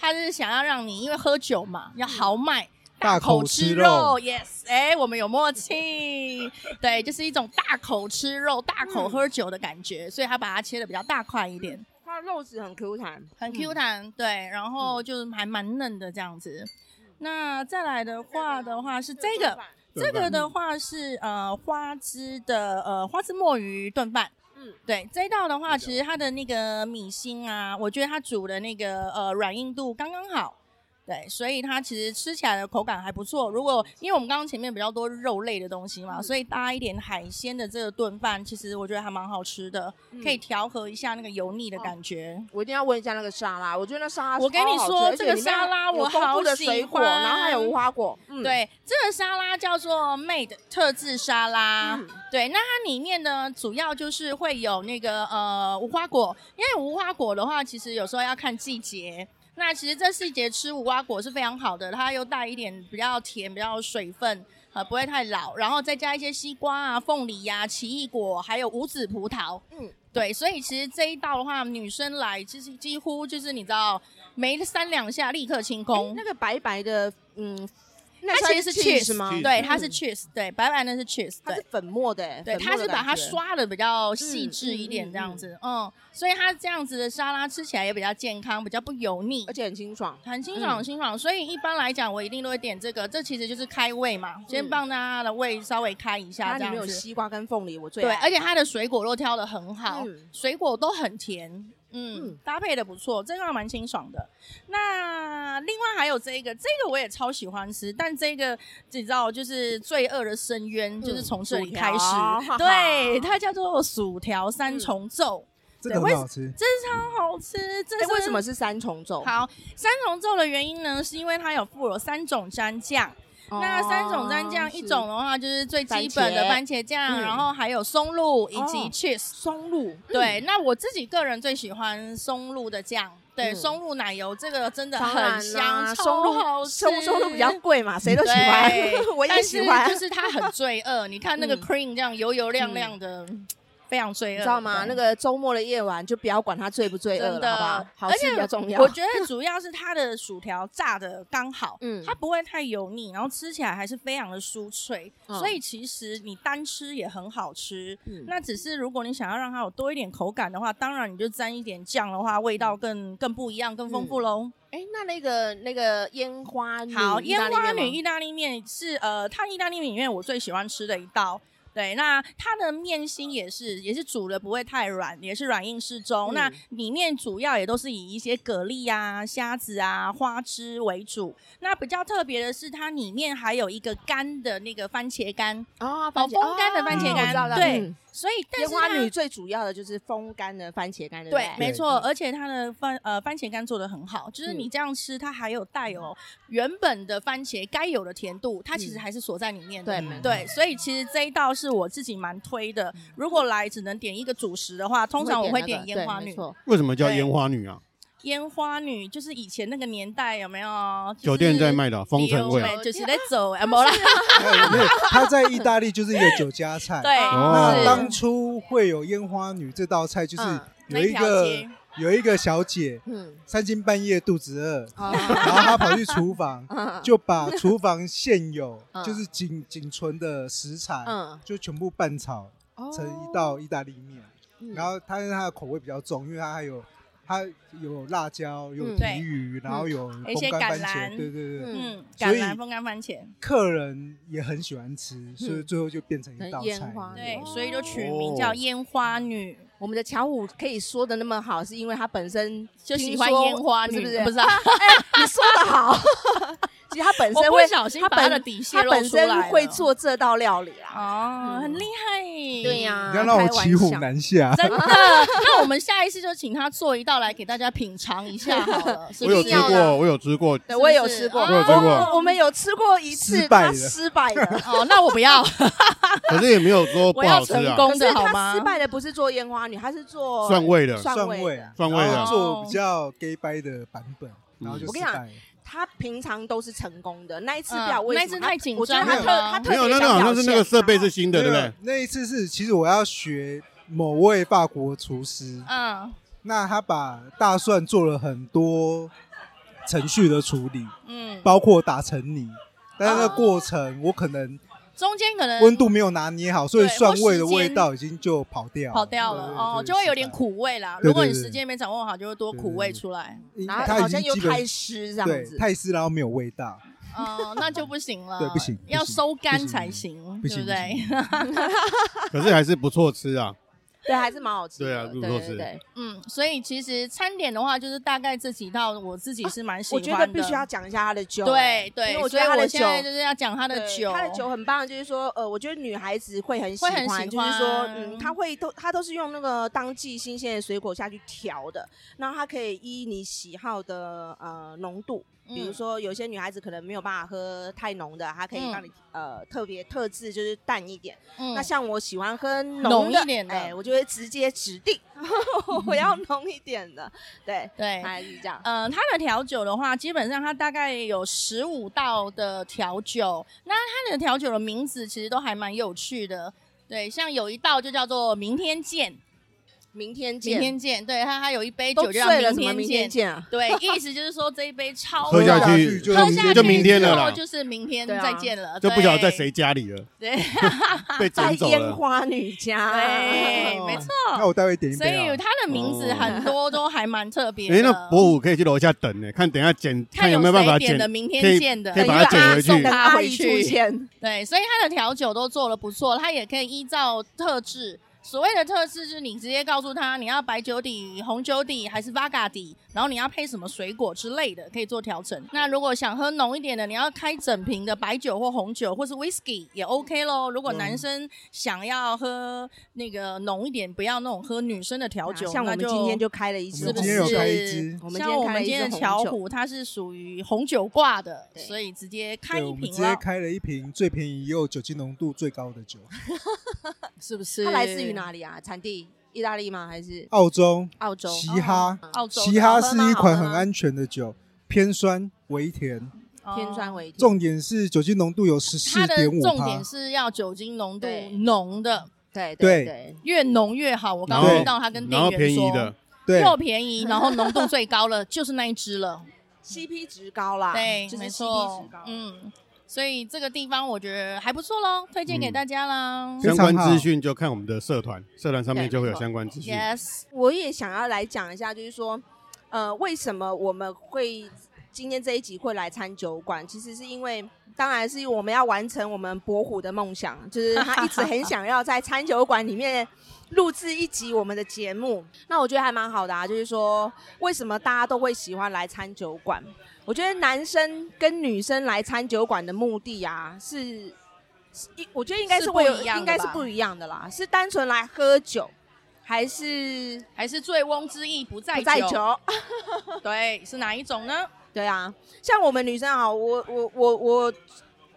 [SPEAKER 4] 他是想要让你因为喝酒嘛，要豪迈。
[SPEAKER 3] 大口
[SPEAKER 4] 吃
[SPEAKER 3] 吃
[SPEAKER 4] 肉
[SPEAKER 3] 肉
[SPEAKER 4] y e s 哎、我们有默契，对，就是一种大口吃肉、大口喝酒的感觉，所以他把它切的比较大块一点。
[SPEAKER 1] 它的肉质很 Q 弹，
[SPEAKER 4] 很 Q 弹，对，然后就是还蛮嫩的这样子。那再来的话的话是这个，这个的话是呃花枝的呃花枝墨鱼炖饭。
[SPEAKER 1] 嗯
[SPEAKER 4] 嗯，对，这一道的话，其实它的那个米心啊，我觉得它煮的那个呃软硬度刚刚好，对，所以它其实吃起来的口感还不错。如果因为我们刚刚前面比较多肉类的东西嘛，所以搭一点海鲜的这个炖饭，其实我觉得还蛮好吃的，可以调和一下那个油腻的感觉。
[SPEAKER 1] 我一定要问一下那个沙拉，我觉得那沙拉
[SPEAKER 4] 我跟你
[SPEAKER 1] 超好吃
[SPEAKER 4] 说
[SPEAKER 1] 而且
[SPEAKER 4] 这个
[SPEAKER 1] 里面
[SPEAKER 4] 沙拉
[SPEAKER 1] 有
[SPEAKER 4] 我
[SPEAKER 1] 丰富
[SPEAKER 4] 好
[SPEAKER 1] 的
[SPEAKER 4] 喜
[SPEAKER 1] 水果，
[SPEAKER 4] 欢
[SPEAKER 1] 然后还有无花果，嗯，
[SPEAKER 4] 对，这个沙拉叫做 Made 特制沙拉。
[SPEAKER 1] 嗯
[SPEAKER 4] 对，那它里面呢，主要就是会有那个呃无花果，因为无花果的话，其实有时候要看季节。那其实这季节吃无花果是非常好的，它又带一点比较甜、比较有水分，呃，不会太老，然后再加一些西瓜啊、凤梨呀、奇异果，还有无籽葡萄。
[SPEAKER 1] 嗯
[SPEAKER 4] 嗯，对，所以其实这一道的话，女生来其实几乎就是你知道，没三两下立刻清
[SPEAKER 1] 哎
[SPEAKER 4] 空。
[SPEAKER 1] 那个白白的，嗯，那
[SPEAKER 4] 它
[SPEAKER 1] 算
[SPEAKER 4] 其实是
[SPEAKER 1] cheese
[SPEAKER 4] cheese
[SPEAKER 1] 吗？嗯
[SPEAKER 4] 对，它是 cheese，对，白白那是 cheese，
[SPEAKER 1] 它
[SPEAKER 4] 对
[SPEAKER 1] 是。粉末的、欸，
[SPEAKER 4] 对，
[SPEAKER 1] 粉
[SPEAKER 4] 它
[SPEAKER 1] 末的
[SPEAKER 4] 是把它
[SPEAKER 1] 感觉。
[SPEAKER 4] 刷的比较细致一点，这样子，嗯所以它这样子的沙拉吃起来也比较健康，比较不油腻
[SPEAKER 1] 而，且很清爽，
[SPEAKER 4] 很清爽，很清爽。所以一般来讲，我一定都会点这个，这其实就是开胃嘛，先帮大家的胃稍微开一下，
[SPEAKER 1] 它
[SPEAKER 4] 啊这
[SPEAKER 1] 里面有
[SPEAKER 4] 样子。
[SPEAKER 1] 西瓜跟凤梨，我最
[SPEAKER 4] 对，
[SPEAKER 1] 爱哎
[SPEAKER 4] 而且它的水果都挑的很好，
[SPEAKER 1] 啊嗯
[SPEAKER 4] 水果都很甜。嗯
[SPEAKER 1] 嗯，
[SPEAKER 4] 搭配的不错，这个还蛮清爽的。那另外还有这个，这个我也超喜欢吃，但这个你知道，就是罪恶的深渊，就是
[SPEAKER 1] 嗯
[SPEAKER 4] 从这里开始。
[SPEAKER 1] 薯条
[SPEAKER 4] 对，它叫做薯条
[SPEAKER 1] 嗯
[SPEAKER 4] 三重奏，
[SPEAKER 3] 这个很好吃。
[SPEAKER 4] 真是超好吃。这
[SPEAKER 1] 哎
[SPEAKER 4] 是
[SPEAKER 1] 为什么是三重奏？
[SPEAKER 4] 好？三重奏的原因呢，是因为它有附有三种蘸酱。
[SPEAKER 1] 哦
[SPEAKER 4] 那三种蘸酱，一种的话就是最基本的
[SPEAKER 1] 番
[SPEAKER 4] 番茄酱，
[SPEAKER 1] 嗯
[SPEAKER 4] 然后还有松露以及
[SPEAKER 1] 哦
[SPEAKER 4] cheese。
[SPEAKER 1] 松露，
[SPEAKER 4] 对，那我自己个人最喜欢松露的酱，对，
[SPEAKER 1] 嗯
[SPEAKER 4] 松露奶油这个真的
[SPEAKER 1] 当然
[SPEAKER 4] 很
[SPEAKER 1] 啦
[SPEAKER 4] 香，
[SPEAKER 1] 松
[SPEAKER 4] 超好
[SPEAKER 1] 露
[SPEAKER 4] 吃
[SPEAKER 1] 松松露比较贵嘛，谁都喜
[SPEAKER 4] [laughs]
[SPEAKER 1] 欢
[SPEAKER 4] 对，
[SPEAKER 1] 我也
[SPEAKER 4] 但
[SPEAKER 1] 喜
[SPEAKER 4] 是
[SPEAKER 1] 欢。
[SPEAKER 4] 就是它
[SPEAKER 1] [laughs]
[SPEAKER 4] 很罪恶。你看那个
[SPEAKER 1] 嗯
[SPEAKER 4] cream 这样油油亮亮的，非常罪恶，
[SPEAKER 1] 你知道吗？
[SPEAKER 4] 对
[SPEAKER 1] 那个周末的夜晚就不要管它罪不罪恶
[SPEAKER 4] 真
[SPEAKER 1] 了，好不好？，好
[SPEAKER 4] 的而
[SPEAKER 1] 吃
[SPEAKER 4] 且
[SPEAKER 1] 比较重要
[SPEAKER 4] 我。觉得主要是它的薯条炸的刚好，
[SPEAKER 1] 嗯
[SPEAKER 4] 它不会太油腻，然后吃起来还是非常的酥脆，
[SPEAKER 1] 嗯
[SPEAKER 4] 所以其实你单吃也很好吃。
[SPEAKER 1] 嗯
[SPEAKER 4] 那只是如果你想要让它有多一点口感的话，当然你就沾一点酱的话，味
[SPEAKER 1] 嗯
[SPEAKER 4] 道更更不一样，更丰富喽。
[SPEAKER 1] 哎，那那个那个烟花女
[SPEAKER 4] 好，
[SPEAKER 1] 嗯意大
[SPEAKER 4] 烟
[SPEAKER 1] 利
[SPEAKER 4] 花
[SPEAKER 1] 面吗
[SPEAKER 4] 女意大利面是呃，它意大利面里面我最喜欢吃的一道。对，那它的面心也是，也是煮的不会太软，也是软硬适
[SPEAKER 1] 嗯
[SPEAKER 4] 中。那里面主要也都是以一些蛤蜊啊、虾子啊、花枝为主。那比较特别的是，它里面还有一个干的那个番茄干，
[SPEAKER 1] 哦，番
[SPEAKER 4] 哦，
[SPEAKER 1] 茄
[SPEAKER 4] 风干的番
[SPEAKER 1] 哦我知
[SPEAKER 4] 茄
[SPEAKER 1] 道
[SPEAKER 4] 干，
[SPEAKER 1] 我知道
[SPEAKER 4] 对。
[SPEAKER 1] 嗯
[SPEAKER 4] 所以，但
[SPEAKER 1] 烟
[SPEAKER 4] 是
[SPEAKER 1] 花
[SPEAKER 4] 它
[SPEAKER 1] 女最主要的就是风干的嗯番茄干，对不
[SPEAKER 4] 对
[SPEAKER 1] 对，？
[SPEAKER 4] 没
[SPEAKER 3] 对
[SPEAKER 4] 错，而且它的番呃番茄干做的很好，就是你这样吃，它还有带有原本的番茄该有的甜度，它其实
[SPEAKER 1] 嗯
[SPEAKER 4] 还是锁在里面的。
[SPEAKER 1] 对，嗯
[SPEAKER 5] 嗯
[SPEAKER 4] 对，所以其实这一道是我自己蛮推的。如果来只能点一个主食的话，通常我会点烟花女。
[SPEAKER 2] 为什么叫烟花女啊？
[SPEAKER 4] 烟花女就是以前那个年代有没有？
[SPEAKER 2] 酒店在，卖的啊风尘味啊，
[SPEAKER 4] 就是在走啊，没啦。
[SPEAKER 3] 哎没有它在意大利就是一个酒家菜。
[SPEAKER 4] [laughs] 对，
[SPEAKER 2] 哦
[SPEAKER 3] 那
[SPEAKER 4] 是
[SPEAKER 3] 当初会有烟花女这道菜，就是
[SPEAKER 1] 嗯
[SPEAKER 3] 有
[SPEAKER 4] 那
[SPEAKER 3] 一
[SPEAKER 4] 条
[SPEAKER 3] 个
[SPEAKER 4] 街
[SPEAKER 3] 有一个小姐
[SPEAKER 1] 嗯，
[SPEAKER 3] 三更半夜肚子饿，
[SPEAKER 1] 哦，
[SPEAKER 4] [laughs]
[SPEAKER 3] 然后她跑去厨房
[SPEAKER 1] 嗯
[SPEAKER 3] 就把厨房现有
[SPEAKER 1] 嗯
[SPEAKER 3] 就是仅仅存的食材，
[SPEAKER 1] 嗯
[SPEAKER 3] 就全部拌炒
[SPEAKER 1] 哦
[SPEAKER 3] 成一道意大利面。
[SPEAKER 1] 嗯
[SPEAKER 3] 然后它因为它的口味比较重，因为它还有它有辣椒、有
[SPEAKER 1] 嗯
[SPEAKER 3] 鲫鱼，然后有
[SPEAKER 4] 一些
[SPEAKER 3] 风干番
[SPEAKER 4] 橄
[SPEAKER 3] 茄，
[SPEAKER 4] 榄
[SPEAKER 3] 对对对，
[SPEAKER 1] 嗯
[SPEAKER 4] 嗯，橄
[SPEAKER 3] 所
[SPEAKER 4] 榄
[SPEAKER 3] 以
[SPEAKER 4] 风干番茄，
[SPEAKER 3] 客人也很喜欢吃，所以最后就变成一道
[SPEAKER 1] 嗯烟
[SPEAKER 3] 菜
[SPEAKER 1] 花。
[SPEAKER 4] 对
[SPEAKER 1] 哦，
[SPEAKER 4] 所以就取名叫烟花女。
[SPEAKER 1] 我们的巧虎可以说的那么好，是因为他本
[SPEAKER 4] [laughs]
[SPEAKER 1] 身
[SPEAKER 4] 就
[SPEAKER 1] 听
[SPEAKER 4] 喜欢
[SPEAKER 1] 说
[SPEAKER 4] 烟花
[SPEAKER 1] 不
[SPEAKER 4] 女，
[SPEAKER 1] 是不是？
[SPEAKER 4] 不是、啊，
[SPEAKER 1] 你说的好，其实他本
[SPEAKER 4] 我
[SPEAKER 1] 身
[SPEAKER 4] 不
[SPEAKER 1] 会，
[SPEAKER 4] 小心
[SPEAKER 1] 他
[SPEAKER 4] 把他
[SPEAKER 1] 本
[SPEAKER 4] 的底线
[SPEAKER 1] 他
[SPEAKER 4] 露
[SPEAKER 1] 本
[SPEAKER 4] 出来
[SPEAKER 1] 身
[SPEAKER 4] 了
[SPEAKER 1] 会做这道料理啦。
[SPEAKER 4] 哦，
[SPEAKER 1] 嗯
[SPEAKER 4] 很厉害，
[SPEAKER 1] 对、呀，
[SPEAKER 3] 你要让我骑虎
[SPEAKER 1] 啊开玩笑。
[SPEAKER 3] 难下。
[SPEAKER 4] 真的。那我们下一次就请他做一道来给大家品尝一下好
[SPEAKER 1] [laughs]
[SPEAKER 4] 了，是
[SPEAKER 2] 我
[SPEAKER 4] 不
[SPEAKER 2] 有
[SPEAKER 4] 是
[SPEAKER 2] 吃
[SPEAKER 1] 要的
[SPEAKER 2] 过，我有吃过，
[SPEAKER 1] 对，我也有吃过，
[SPEAKER 4] 是哦不是
[SPEAKER 2] 我有吃过
[SPEAKER 1] 我我们有吃过一次，
[SPEAKER 3] 失败
[SPEAKER 1] 他
[SPEAKER 3] 了
[SPEAKER 1] 失败的，
[SPEAKER 4] [laughs] 哦，那我不
[SPEAKER 1] [laughs]
[SPEAKER 4] 要，
[SPEAKER 2] 可是也没有说不
[SPEAKER 4] 我要
[SPEAKER 2] 好吃
[SPEAKER 4] 成
[SPEAKER 2] 啊，
[SPEAKER 4] 功
[SPEAKER 1] 可是
[SPEAKER 4] 的好
[SPEAKER 1] 他
[SPEAKER 4] 吗
[SPEAKER 1] 失？败的不是做烟花女，他是做
[SPEAKER 2] 蒜味的，
[SPEAKER 1] 蒜
[SPEAKER 3] 蒜
[SPEAKER 1] 味
[SPEAKER 3] 味
[SPEAKER 1] 的。哦
[SPEAKER 2] 蒜味
[SPEAKER 3] 然
[SPEAKER 2] 的
[SPEAKER 3] 后做比较 gay 掰的版本，然后就
[SPEAKER 1] 我跟
[SPEAKER 3] 失
[SPEAKER 1] 你讲
[SPEAKER 3] 败了。
[SPEAKER 1] 他平平常都是成功的，那一次
[SPEAKER 4] 嗯
[SPEAKER 1] 不了为
[SPEAKER 4] 那一
[SPEAKER 1] 什么
[SPEAKER 4] 次
[SPEAKER 1] 他
[SPEAKER 4] 太紧
[SPEAKER 1] 我觉得
[SPEAKER 4] 张
[SPEAKER 1] 他
[SPEAKER 3] 了
[SPEAKER 1] 特
[SPEAKER 4] 吗
[SPEAKER 1] 他特
[SPEAKER 2] 没有
[SPEAKER 1] 别
[SPEAKER 2] 那
[SPEAKER 1] 想
[SPEAKER 2] 个好
[SPEAKER 1] 表
[SPEAKER 2] 像是那个
[SPEAKER 1] 现
[SPEAKER 2] 设备是新的，对不
[SPEAKER 3] 没有
[SPEAKER 2] 对？
[SPEAKER 3] 那一次是，其实我要学某位法国厨师，
[SPEAKER 4] 嗯
[SPEAKER 3] 那他把大蒜做了很多程序的处理，
[SPEAKER 4] 嗯，
[SPEAKER 3] 包括打成泥，但是那个过程我可能
[SPEAKER 4] 中间可能
[SPEAKER 3] 温度没有拿捏好，所以
[SPEAKER 4] 对
[SPEAKER 3] 蒜味的
[SPEAKER 4] 或时间
[SPEAKER 3] 味道已经就跑掉
[SPEAKER 4] 跑掉了
[SPEAKER 3] 对
[SPEAKER 4] 哦，
[SPEAKER 3] 对
[SPEAKER 4] 就会有点
[SPEAKER 3] 失败
[SPEAKER 4] 苦味啦。
[SPEAKER 3] 对对
[SPEAKER 4] 如果你
[SPEAKER 3] 对
[SPEAKER 4] 时间没掌握好，就会多苦味
[SPEAKER 3] [laughs]
[SPEAKER 4] 出来。
[SPEAKER 3] 因
[SPEAKER 1] 然后
[SPEAKER 3] 它
[SPEAKER 1] 好
[SPEAKER 3] 已
[SPEAKER 1] 像
[SPEAKER 3] 经
[SPEAKER 1] 又
[SPEAKER 3] 基本
[SPEAKER 1] 太湿这样
[SPEAKER 3] 对
[SPEAKER 1] 子。
[SPEAKER 3] 太湿，然后没有味道。
[SPEAKER 4] 哦，那就不行了，
[SPEAKER 3] 对不行不
[SPEAKER 4] 要
[SPEAKER 3] 行
[SPEAKER 4] 收
[SPEAKER 3] 不
[SPEAKER 4] 干
[SPEAKER 3] 行
[SPEAKER 4] 才
[SPEAKER 3] 不
[SPEAKER 4] 行，
[SPEAKER 3] 不
[SPEAKER 4] 对
[SPEAKER 3] 行
[SPEAKER 4] 不对？ [laughs]
[SPEAKER 2] 可是还是不错吃啊。
[SPEAKER 1] 对，还是蛮好吃的。
[SPEAKER 2] 对啊
[SPEAKER 1] 对
[SPEAKER 2] 不错
[SPEAKER 1] 对
[SPEAKER 2] 吃
[SPEAKER 1] 对，
[SPEAKER 4] 嗯，所以其实餐点的话，就是大概这几道，我自己是蛮喜
[SPEAKER 1] 我
[SPEAKER 4] 欢的。
[SPEAKER 1] 觉得必须要讲一下他的酒。啊
[SPEAKER 4] 对对
[SPEAKER 1] 因为，我觉
[SPEAKER 4] 所
[SPEAKER 1] 得
[SPEAKER 4] 以
[SPEAKER 1] 他的
[SPEAKER 4] 我
[SPEAKER 1] 酒
[SPEAKER 4] 现在就是要讲他的
[SPEAKER 1] 对
[SPEAKER 4] 酒，
[SPEAKER 1] 他的酒很棒，就是说，呃，我觉得女孩子会很喜
[SPEAKER 4] 会很喜
[SPEAKER 1] 就是说，
[SPEAKER 4] 欢
[SPEAKER 1] 嗯，他会都他都是用那个当季新鲜的水果下去调的，然后它可以依你喜好的呃浓度比
[SPEAKER 4] 嗯
[SPEAKER 1] 如说有些女孩子可能没有办法喝太浓的，它可以让你、呃特别特制就是淡一点。
[SPEAKER 4] 嗯
[SPEAKER 1] 那像我喜欢喝
[SPEAKER 4] 浓
[SPEAKER 1] 浓
[SPEAKER 4] 一
[SPEAKER 1] 的，
[SPEAKER 4] 点的
[SPEAKER 1] 哎、我就会直接指
[SPEAKER 4] [laughs]
[SPEAKER 1] 定我要浓一点的。对，
[SPEAKER 4] 对
[SPEAKER 1] 大概是这样。
[SPEAKER 4] 呃，它的调酒的话，基本上它大概有十五道的调酒。那它的调酒的名字其实都还蛮有趣的，对，像有一道就叫做“明天见”，
[SPEAKER 1] 明天见，
[SPEAKER 4] 明天见，对，它它有一杯
[SPEAKER 1] 都
[SPEAKER 4] 酒就叫
[SPEAKER 1] 醉了，怎么
[SPEAKER 4] 明
[SPEAKER 1] 明
[SPEAKER 4] 天
[SPEAKER 1] 天
[SPEAKER 4] 见，
[SPEAKER 1] 见啊？
[SPEAKER 4] 对，意思就是说这一杯超
[SPEAKER 2] 喝下
[SPEAKER 4] 浓
[SPEAKER 2] 去
[SPEAKER 3] 就
[SPEAKER 4] 喝下去
[SPEAKER 2] 就明天了
[SPEAKER 4] 之后
[SPEAKER 2] 啦，
[SPEAKER 4] 就是明天
[SPEAKER 1] 对啊
[SPEAKER 4] 再见了，
[SPEAKER 2] 就不晓得在
[SPEAKER 4] 对
[SPEAKER 2] 谁家里了，
[SPEAKER 4] [laughs] 对
[SPEAKER 2] 被
[SPEAKER 4] [laughs]
[SPEAKER 1] 在
[SPEAKER 2] 捡走
[SPEAKER 1] 烟
[SPEAKER 2] 了。
[SPEAKER 1] 花女家，
[SPEAKER 4] 对，没
[SPEAKER 1] 哎
[SPEAKER 4] 错。
[SPEAKER 3] 那我待会点一
[SPEAKER 4] 所以
[SPEAKER 3] 杯啊。
[SPEAKER 4] 它的名字
[SPEAKER 2] 哦
[SPEAKER 4] 很多都还蛮特别的。
[SPEAKER 2] 哎，那伯虎可以去楼下等呢，看等一下捡，看有没有办法
[SPEAKER 4] 谁点
[SPEAKER 2] 捡
[SPEAKER 4] 的，明
[SPEAKER 2] 可
[SPEAKER 4] 天
[SPEAKER 2] 以
[SPEAKER 4] 见的，
[SPEAKER 2] 可以把它捡回去
[SPEAKER 1] 等阿姨
[SPEAKER 4] 等阿姨
[SPEAKER 1] 出
[SPEAKER 4] 出
[SPEAKER 1] 现，
[SPEAKER 4] 对，所以它的调酒都做的不错，它也可以依照特质。所谓的特质就是你直接告诉他你要白酒底、红酒底还是 v 嘎底，然后你要配什么水果之类的，可以做调整。那如果想喝浓一点的，你要开整瓶的白酒或红酒或是 whisky 也 OK 咯。如果男生想要喝那个浓一点，不要那种喝女生的调酒，
[SPEAKER 1] 啊像我
[SPEAKER 4] 那
[SPEAKER 1] 们
[SPEAKER 4] 就
[SPEAKER 1] 今天就开了一
[SPEAKER 3] 我
[SPEAKER 1] 支
[SPEAKER 4] 是
[SPEAKER 3] 们
[SPEAKER 4] 不
[SPEAKER 1] 红
[SPEAKER 3] 今
[SPEAKER 1] 酒，
[SPEAKER 3] 天有开一支
[SPEAKER 4] 是？
[SPEAKER 1] 我们今
[SPEAKER 4] 像
[SPEAKER 1] 天
[SPEAKER 4] 我
[SPEAKER 1] 开了
[SPEAKER 4] 们
[SPEAKER 1] 一
[SPEAKER 4] 今天
[SPEAKER 1] 支
[SPEAKER 4] 的
[SPEAKER 1] 红
[SPEAKER 4] 巧
[SPEAKER 1] 酒
[SPEAKER 4] 虎，它是属于红酒挂的，
[SPEAKER 1] 对
[SPEAKER 4] 所以直接开
[SPEAKER 3] 对，
[SPEAKER 4] 一
[SPEAKER 3] 我们
[SPEAKER 4] 瓶
[SPEAKER 3] 直
[SPEAKER 4] 了
[SPEAKER 3] 接，开了一瓶最便宜又酒精浓度最高的酒，
[SPEAKER 4] 是不是？
[SPEAKER 1] 它来自于？哪里啊？产地意大利吗？还是
[SPEAKER 3] 澳洲
[SPEAKER 1] 澳洲？
[SPEAKER 3] 嘻哈
[SPEAKER 1] 哦
[SPEAKER 4] 澳洲的
[SPEAKER 3] 奇哈是一款
[SPEAKER 1] 好喝吗
[SPEAKER 3] 很安全的酒，偏酸微甜，
[SPEAKER 4] 哦
[SPEAKER 1] 天酸为主，
[SPEAKER 3] 重点是酒精浓度有十四
[SPEAKER 4] 它的
[SPEAKER 3] 点五
[SPEAKER 4] 重
[SPEAKER 3] 帕
[SPEAKER 4] 点。是要酒精浓度
[SPEAKER 1] 对
[SPEAKER 4] 浓的，
[SPEAKER 1] 对
[SPEAKER 3] 对
[SPEAKER 1] 对，
[SPEAKER 4] 越浓越好。我刚
[SPEAKER 3] 然
[SPEAKER 4] 刚
[SPEAKER 3] 后
[SPEAKER 4] 听到他跟
[SPEAKER 2] 然
[SPEAKER 4] 店
[SPEAKER 2] 后
[SPEAKER 4] 员
[SPEAKER 2] 便宜
[SPEAKER 4] 说，
[SPEAKER 2] 的，
[SPEAKER 3] 对，
[SPEAKER 4] 又便宜，然后浓
[SPEAKER 1] [laughs]
[SPEAKER 4] 度最高了，就是那一支了。
[SPEAKER 1] ，CP 值高啦，
[SPEAKER 4] 对，
[SPEAKER 1] 啊就是
[SPEAKER 4] 没
[SPEAKER 1] CP
[SPEAKER 4] 错
[SPEAKER 1] 值高，。
[SPEAKER 4] 嗯，所以这个地方我觉得还不错喽，推荐给
[SPEAKER 2] 嗯
[SPEAKER 4] 大家啦。
[SPEAKER 3] 非
[SPEAKER 2] 相
[SPEAKER 3] 常
[SPEAKER 2] 关
[SPEAKER 3] 好
[SPEAKER 2] 资讯就看我们的社团，社团上面
[SPEAKER 1] 对
[SPEAKER 2] 就会有
[SPEAKER 1] 没错
[SPEAKER 2] 相关资讯。
[SPEAKER 4] Yes，
[SPEAKER 1] 我也想要来讲一下，就是说，呃，为什么我们会今天这一集会来餐酒馆？其实是因为，当然是我们要完成我们博虎的梦想，就是他一直很想要在餐酒馆里面录制一集我们的节目。那我觉得还蛮好的啊，就是说，为什么大家都会喜欢来餐酒馆？我觉得男生跟女生来餐酒馆的目的啊，是是一，我觉得应该
[SPEAKER 4] 是
[SPEAKER 1] 是
[SPEAKER 4] 不
[SPEAKER 1] 会有
[SPEAKER 4] 一样的
[SPEAKER 1] 应该是
[SPEAKER 4] 吧
[SPEAKER 1] 不一样的啦，是单纯来喝酒，还是
[SPEAKER 4] 还是醉翁之意不在
[SPEAKER 1] 不在
[SPEAKER 4] 酒。
[SPEAKER 1] 酒。
[SPEAKER 4] 对，是哪一种呢？
[SPEAKER 1] 对啊，像我们女生啊，我我我我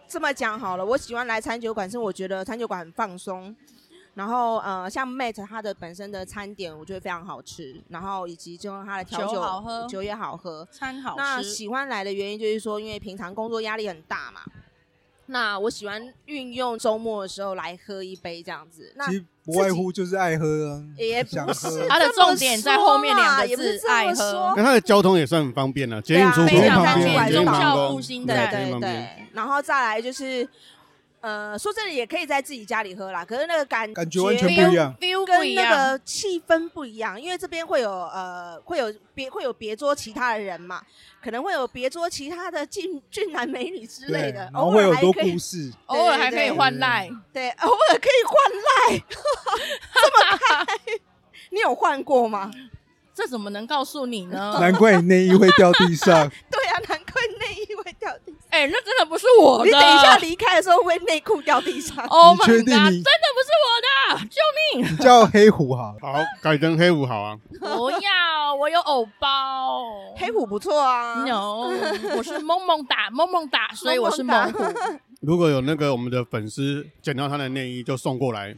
[SPEAKER 1] 这么讲好了，我喜欢来餐酒馆，是我觉得餐酒馆很放松。然后呃，像 Mate 它的本身的餐点，我觉得非常好吃，然后以及就它的调酒
[SPEAKER 4] 酒好喝
[SPEAKER 1] 酒也好喝。
[SPEAKER 4] 餐好
[SPEAKER 1] 那
[SPEAKER 4] 吃，
[SPEAKER 1] 喜欢来的原因就是说，因为平常工作压力很大嘛，那我喜欢运用周末的时候来喝一杯这样子。那
[SPEAKER 3] 其实不外乎就是爱喝啊，
[SPEAKER 1] 也不
[SPEAKER 3] 想喝
[SPEAKER 1] 是
[SPEAKER 4] 它的
[SPEAKER 1] 这么
[SPEAKER 4] 重点在
[SPEAKER 1] 说
[SPEAKER 4] 后面两
[SPEAKER 1] 啦
[SPEAKER 4] 个
[SPEAKER 1] 也不
[SPEAKER 4] 字
[SPEAKER 1] 是这么
[SPEAKER 4] 爱喝
[SPEAKER 1] 说
[SPEAKER 2] 那它的交通也算很方便了，捷
[SPEAKER 1] 对
[SPEAKER 2] 运
[SPEAKER 1] 啊
[SPEAKER 2] 出
[SPEAKER 4] 非
[SPEAKER 2] 国
[SPEAKER 4] 常
[SPEAKER 2] 旁
[SPEAKER 4] 方
[SPEAKER 2] 边，
[SPEAKER 4] 便
[SPEAKER 2] 捷运
[SPEAKER 4] 忠
[SPEAKER 2] 旁
[SPEAKER 4] 孝
[SPEAKER 2] 边
[SPEAKER 4] 复兴
[SPEAKER 2] 对
[SPEAKER 4] 在
[SPEAKER 2] 捷运
[SPEAKER 1] 对
[SPEAKER 2] 旁边。
[SPEAKER 1] 对，然后再来就是，呃，说真的也可以在自己家里喝啦，可是那个感
[SPEAKER 3] 感觉完全
[SPEAKER 1] 跟
[SPEAKER 3] 不一样。
[SPEAKER 4] feel 不
[SPEAKER 1] 跟
[SPEAKER 4] 一
[SPEAKER 1] 那
[SPEAKER 4] 样，
[SPEAKER 1] 个气氛不一样，因为这边会有呃，会有别会有别桌其他的人嘛，可能会有别桌其他的俊俊男美女之类
[SPEAKER 3] 对，
[SPEAKER 1] 的
[SPEAKER 3] 然，后
[SPEAKER 1] 偶
[SPEAKER 3] 会
[SPEAKER 1] 尔
[SPEAKER 3] 有
[SPEAKER 1] 还
[SPEAKER 3] 很多
[SPEAKER 1] 可以 [laughs]
[SPEAKER 3] 故事，
[SPEAKER 4] 偶尔还可以换
[SPEAKER 3] 对对
[SPEAKER 4] 赖。
[SPEAKER 1] 对，偶尔可以换赖，这么开， [laughs] 你有换过吗？
[SPEAKER 4] 这怎么能告诉你呢？
[SPEAKER 3] 难怪你内衣会掉地
[SPEAKER 1] [laughs]
[SPEAKER 3] 上。
[SPEAKER 1] 对啊，难怪内衣会掉地上，
[SPEAKER 4] 哎、那真的不是我的。
[SPEAKER 1] 你等一下离开的时候会内裤掉地上。
[SPEAKER 4] ，Oh
[SPEAKER 3] 你
[SPEAKER 4] my
[SPEAKER 3] 确
[SPEAKER 4] god，真
[SPEAKER 3] 定
[SPEAKER 4] 的不
[SPEAKER 3] 你
[SPEAKER 4] 是我的，救
[SPEAKER 3] 你叫黑虎好
[SPEAKER 1] [laughs]
[SPEAKER 3] 了，
[SPEAKER 2] 好，改成黑五好啊，
[SPEAKER 4] 不要，我有偶包。
[SPEAKER 1] 黑虎不错啊， [laughs]
[SPEAKER 4] No，我是萌萌哒，萌萌哒，所以我是
[SPEAKER 1] 萌
[SPEAKER 4] 萌
[SPEAKER 1] 萌
[SPEAKER 4] 虎。
[SPEAKER 2] 如果有那个我们的粉丝捡到他的内衣，就送过来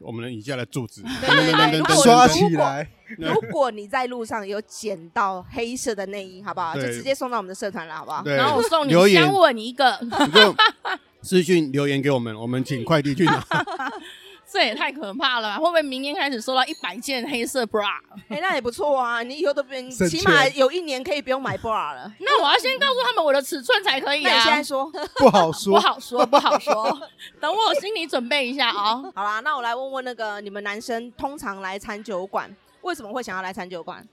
[SPEAKER 2] 我们以下的住址，
[SPEAKER 1] 对对对对
[SPEAKER 3] 刷
[SPEAKER 1] 如果
[SPEAKER 3] 起来。 [laughs]
[SPEAKER 1] 如果你在路上有捡到黑色的内衣，好不好？就
[SPEAKER 2] 对
[SPEAKER 1] 直接送到我们的社团了，好不好？
[SPEAKER 2] 对，
[SPEAKER 4] 然后我送
[SPEAKER 2] 留
[SPEAKER 4] 你
[SPEAKER 2] 言
[SPEAKER 4] 香吻一个， [laughs]
[SPEAKER 2] 你就私讯留言给我们，我们请快递去
[SPEAKER 4] [laughs]
[SPEAKER 2] 拿。
[SPEAKER 4] 这也太可怕了吧！会不会明天开始收到一百件黑色 bra？
[SPEAKER 1] 哎、那也不错啊，你以后都不用，
[SPEAKER 3] 省
[SPEAKER 1] 起码
[SPEAKER 3] 钱
[SPEAKER 1] 有一年可以不用买 bra 了。
[SPEAKER 4] 那我要先告诉他们我的尺寸才可以
[SPEAKER 1] 那你现
[SPEAKER 4] 啊
[SPEAKER 1] 在。说，
[SPEAKER 3] 不好
[SPEAKER 4] 不
[SPEAKER 3] 说。
[SPEAKER 4] 好说，不好说。 [laughs] 等我心里准备一下啊、
[SPEAKER 1] [laughs] 好啦，那我来问问那个你们男生通常来餐酒馆，为什么会想要来餐酒馆？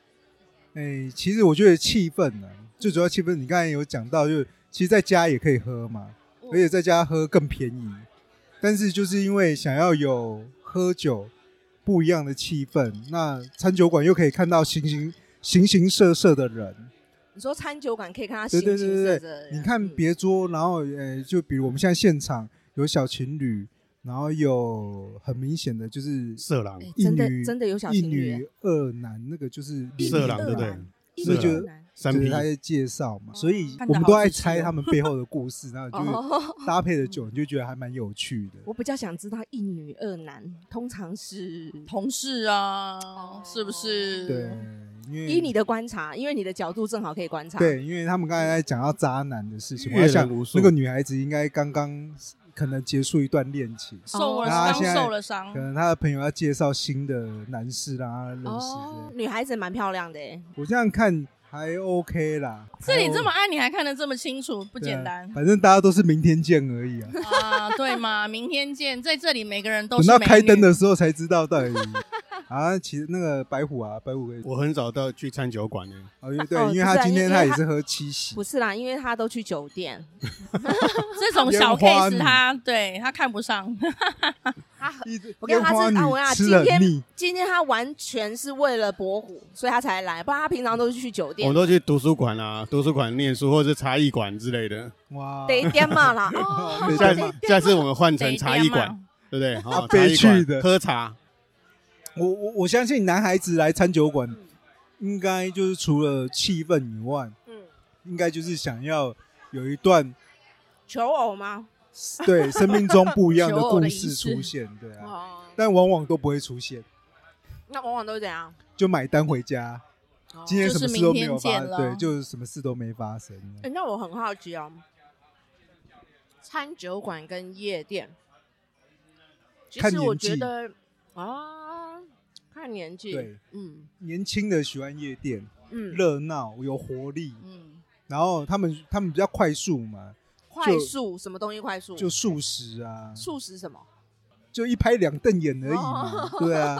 [SPEAKER 3] 哎、其实我觉得气氛呢、最主要气氛，你刚才有讲到，就是其实在家也可以喝嘛，
[SPEAKER 1] 嗯
[SPEAKER 3] 而且在家喝更便宜。但是就是因为想要有喝酒不一样的气氛，那餐酒馆又可以看到形形形形色色的人。
[SPEAKER 1] 你说餐酒馆可以看他
[SPEAKER 3] 对
[SPEAKER 1] 形
[SPEAKER 3] 对
[SPEAKER 1] 形
[SPEAKER 3] 对对
[SPEAKER 1] 色色的嗯人
[SPEAKER 3] 你看别桌，然后呃，就比如我们现在现场有小情侣，然后有很明显的就是
[SPEAKER 2] 色狼
[SPEAKER 1] 嗯哎
[SPEAKER 3] 一
[SPEAKER 1] 真的
[SPEAKER 3] 女
[SPEAKER 1] 真的有小
[SPEAKER 3] 一
[SPEAKER 1] 情侣，
[SPEAKER 3] 女二男，那个就是
[SPEAKER 2] 色狼
[SPEAKER 3] 对
[SPEAKER 2] 对不
[SPEAKER 3] 不
[SPEAKER 2] 对
[SPEAKER 3] 对？
[SPEAKER 1] 一
[SPEAKER 2] 是
[SPEAKER 1] 女
[SPEAKER 2] 啊
[SPEAKER 1] 二男
[SPEAKER 2] 三
[SPEAKER 3] 就是
[SPEAKER 2] P
[SPEAKER 3] 他在介绍嘛，所以
[SPEAKER 4] 看得
[SPEAKER 3] 我们
[SPEAKER 4] 好
[SPEAKER 3] 都在
[SPEAKER 4] 仔细
[SPEAKER 3] 猜
[SPEAKER 4] 哦
[SPEAKER 3] 他们背后的故事，然后就是
[SPEAKER 1] 哦， [laughs]
[SPEAKER 3] 搭配的久，你就觉得还蛮有趣的。
[SPEAKER 1] 我比较想知道一女二男，通常是
[SPEAKER 4] 同事
[SPEAKER 2] 哦
[SPEAKER 4] 啊，是不是？
[SPEAKER 3] 对，因为
[SPEAKER 1] 依你的观察，因为你的角度正好可以观察。，
[SPEAKER 3] 对，因为他们刚才在讲到渣男的事情，我
[SPEAKER 2] 阅
[SPEAKER 3] 在
[SPEAKER 2] 人
[SPEAKER 3] 想
[SPEAKER 2] 无数
[SPEAKER 3] 那个女孩子应该刚刚可能结束一段恋情，
[SPEAKER 4] 受
[SPEAKER 3] 哦
[SPEAKER 4] 了
[SPEAKER 3] 那他
[SPEAKER 4] 伤，
[SPEAKER 3] 现在
[SPEAKER 4] 受了伤
[SPEAKER 3] 可。能她的朋友要介绍新的男士让她认识之类
[SPEAKER 1] 哦
[SPEAKER 3] 的。，
[SPEAKER 1] 女孩子蛮漂亮的耶，
[SPEAKER 3] 我这样看还 OK 啦，
[SPEAKER 4] 这里这么
[SPEAKER 3] 还
[SPEAKER 4] 暗，你还看得这么清楚，不
[SPEAKER 3] OK
[SPEAKER 4] 简
[SPEAKER 3] 对啊
[SPEAKER 4] 单
[SPEAKER 3] 反正大家都是明天见而已啊。
[SPEAKER 2] [laughs]
[SPEAKER 4] 啊，对吗？明天见，在这里每个人都
[SPEAKER 3] 等
[SPEAKER 4] 是
[SPEAKER 3] 到
[SPEAKER 4] 美
[SPEAKER 3] 开
[SPEAKER 4] 女
[SPEAKER 3] 灯的时候才知道到底啊，其实那个白虎啊，白虎可以
[SPEAKER 2] 我很早到去餐酒馆呢，
[SPEAKER 3] 哦，因为对，
[SPEAKER 1] 哦
[SPEAKER 3] 因
[SPEAKER 1] 不
[SPEAKER 3] 为他
[SPEAKER 1] 是啊
[SPEAKER 3] 今
[SPEAKER 1] 因
[SPEAKER 3] 天
[SPEAKER 1] 因
[SPEAKER 3] 他
[SPEAKER 1] 为
[SPEAKER 3] 也
[SPEAKER 1] 他
[SPEAKER 3] 是喝七喜
[SPEAKER 1] 不，是啦，因为她都去酒店，
[SPEAKER 4] 这种小 case，他对他看不上。
[SPEAKER 1] 她很
[SPEAKER 3] 一直
[SPEAKER 1] 我跟
[SPEAKER 3] 烟
[SPEAKER 1] 他
[SPEAKER 3] 花
[SPEAKER 1] 是
[SPEAKER 3] 女
[SPEAKER 1] 啊，我跟你讲
[SPEAKER 3] 吃得
[SPEAKER 1] 今天
[SPEAKER 3] 很腻，
[SPEAKER 1] 今天她完全是为了博虎，所以她才来，不然她平常都是去酒
[SPEAKER 2] 我
[SPEAKER 1] 店
[SPEAKER 2] 们。
[SPEAKER 3] 哦
[SPEAKER 2] 都去图书馆啊，图书馆念书或者是茶艺馆之类的。
[SPEAKER 3] 哇，
[SPEAKER 1] [laughs] 得一点嘛啦，哦，
[SPEAKER 3] 对
[SPEAKER 2] 下
[SPEAKER 3] 对
[SPEAKER 2] 次下次我们换
[SPEAKER 4] 得
[SPEAKER 2] 成
[SPEAKER 4] 一
[SPEAKER 2] 茶
[SPEAKER 4] 边
[SPEAKER 2] 艺
[SPEAKER 4] 嘛
[SPEAKER 2] 馆，对不对？好，
[SPEAKER 3] 啊悲
[SPEAKER 2] 茶艺馆
[SPEAKER 3] 剧的
[SPEAKER 2] 喝茶，
[SPEAKER 3] 我我我相信男孩子来餐酒馆，应该就是除了气氛以外，
[SPEAKER 1] 嗯，
[SPEAKER 3] 应该就是想要有一段
[SPEAKER 1] 求偶吗？
[SPEAKER 3] 对生命中不一
[SPEAKER 1] [laughs]
[SPEAKER 3] 样的
[SPEAKER 4] 求偶
[SPEAKER 3] 故
[SPEAKER 4] 的
[SPEAKER 3] 事
[SPEAKER 4] 仪式
[SPEAKER 3] 出现，对啊，
[SPEAKER 1] 哦，
[SPEAKER 3] 但往往都不会出现，
[SPEAKER 1] 那往往都是怎样？哦
[SPEAKER 3] 就买单回家，今天
[SPEAKER 4] 就
[SPEAKER 3] 什么
[SPEAKER 4] 是
[SPEAKER 3] 事都
[SPEAKER 4] 明
[SPEAKER 3] 没
[SPEAKER 4] 天
[SPEAKER 3] 有发，
[SPEAKER 4] 见了
[SPEAKER 3] 对，就是什么事都没发生。
[SPEAKER 1] 哎、那我很好奇哦，餐酒馆跟夜店，其
[SPEAKER 3] 看
[SPEAKER 1] 实我
[SPEAKER 3] 年
[SPEAKER 1] 觉
[SPEAKER 3] 纪
[SPEAKER 1] 得啊，看年纪，
[SPEAKER 3] 对，
[SPEAKER 1] 嗯
[SPEAKER 3] 年轻的喜欢夜店，
[SPEAKER 1] 嗯，
[SPEAKER 3] 热闹有活力，
[SPEAKER 4] 嗯，
[SPEAKER 3] 然后他们他们比较快速嘛，
[SPEAKER 1] 快速什么东西快速？
[SPEAKER 3] 就素食啊，
[SPEAKER 1] 素食什么？
[SPEAKER 3] 就一拍两瞪眼而已嘛
[SPEAKER 1] 哦，
[SPEAKER 3] 对啊，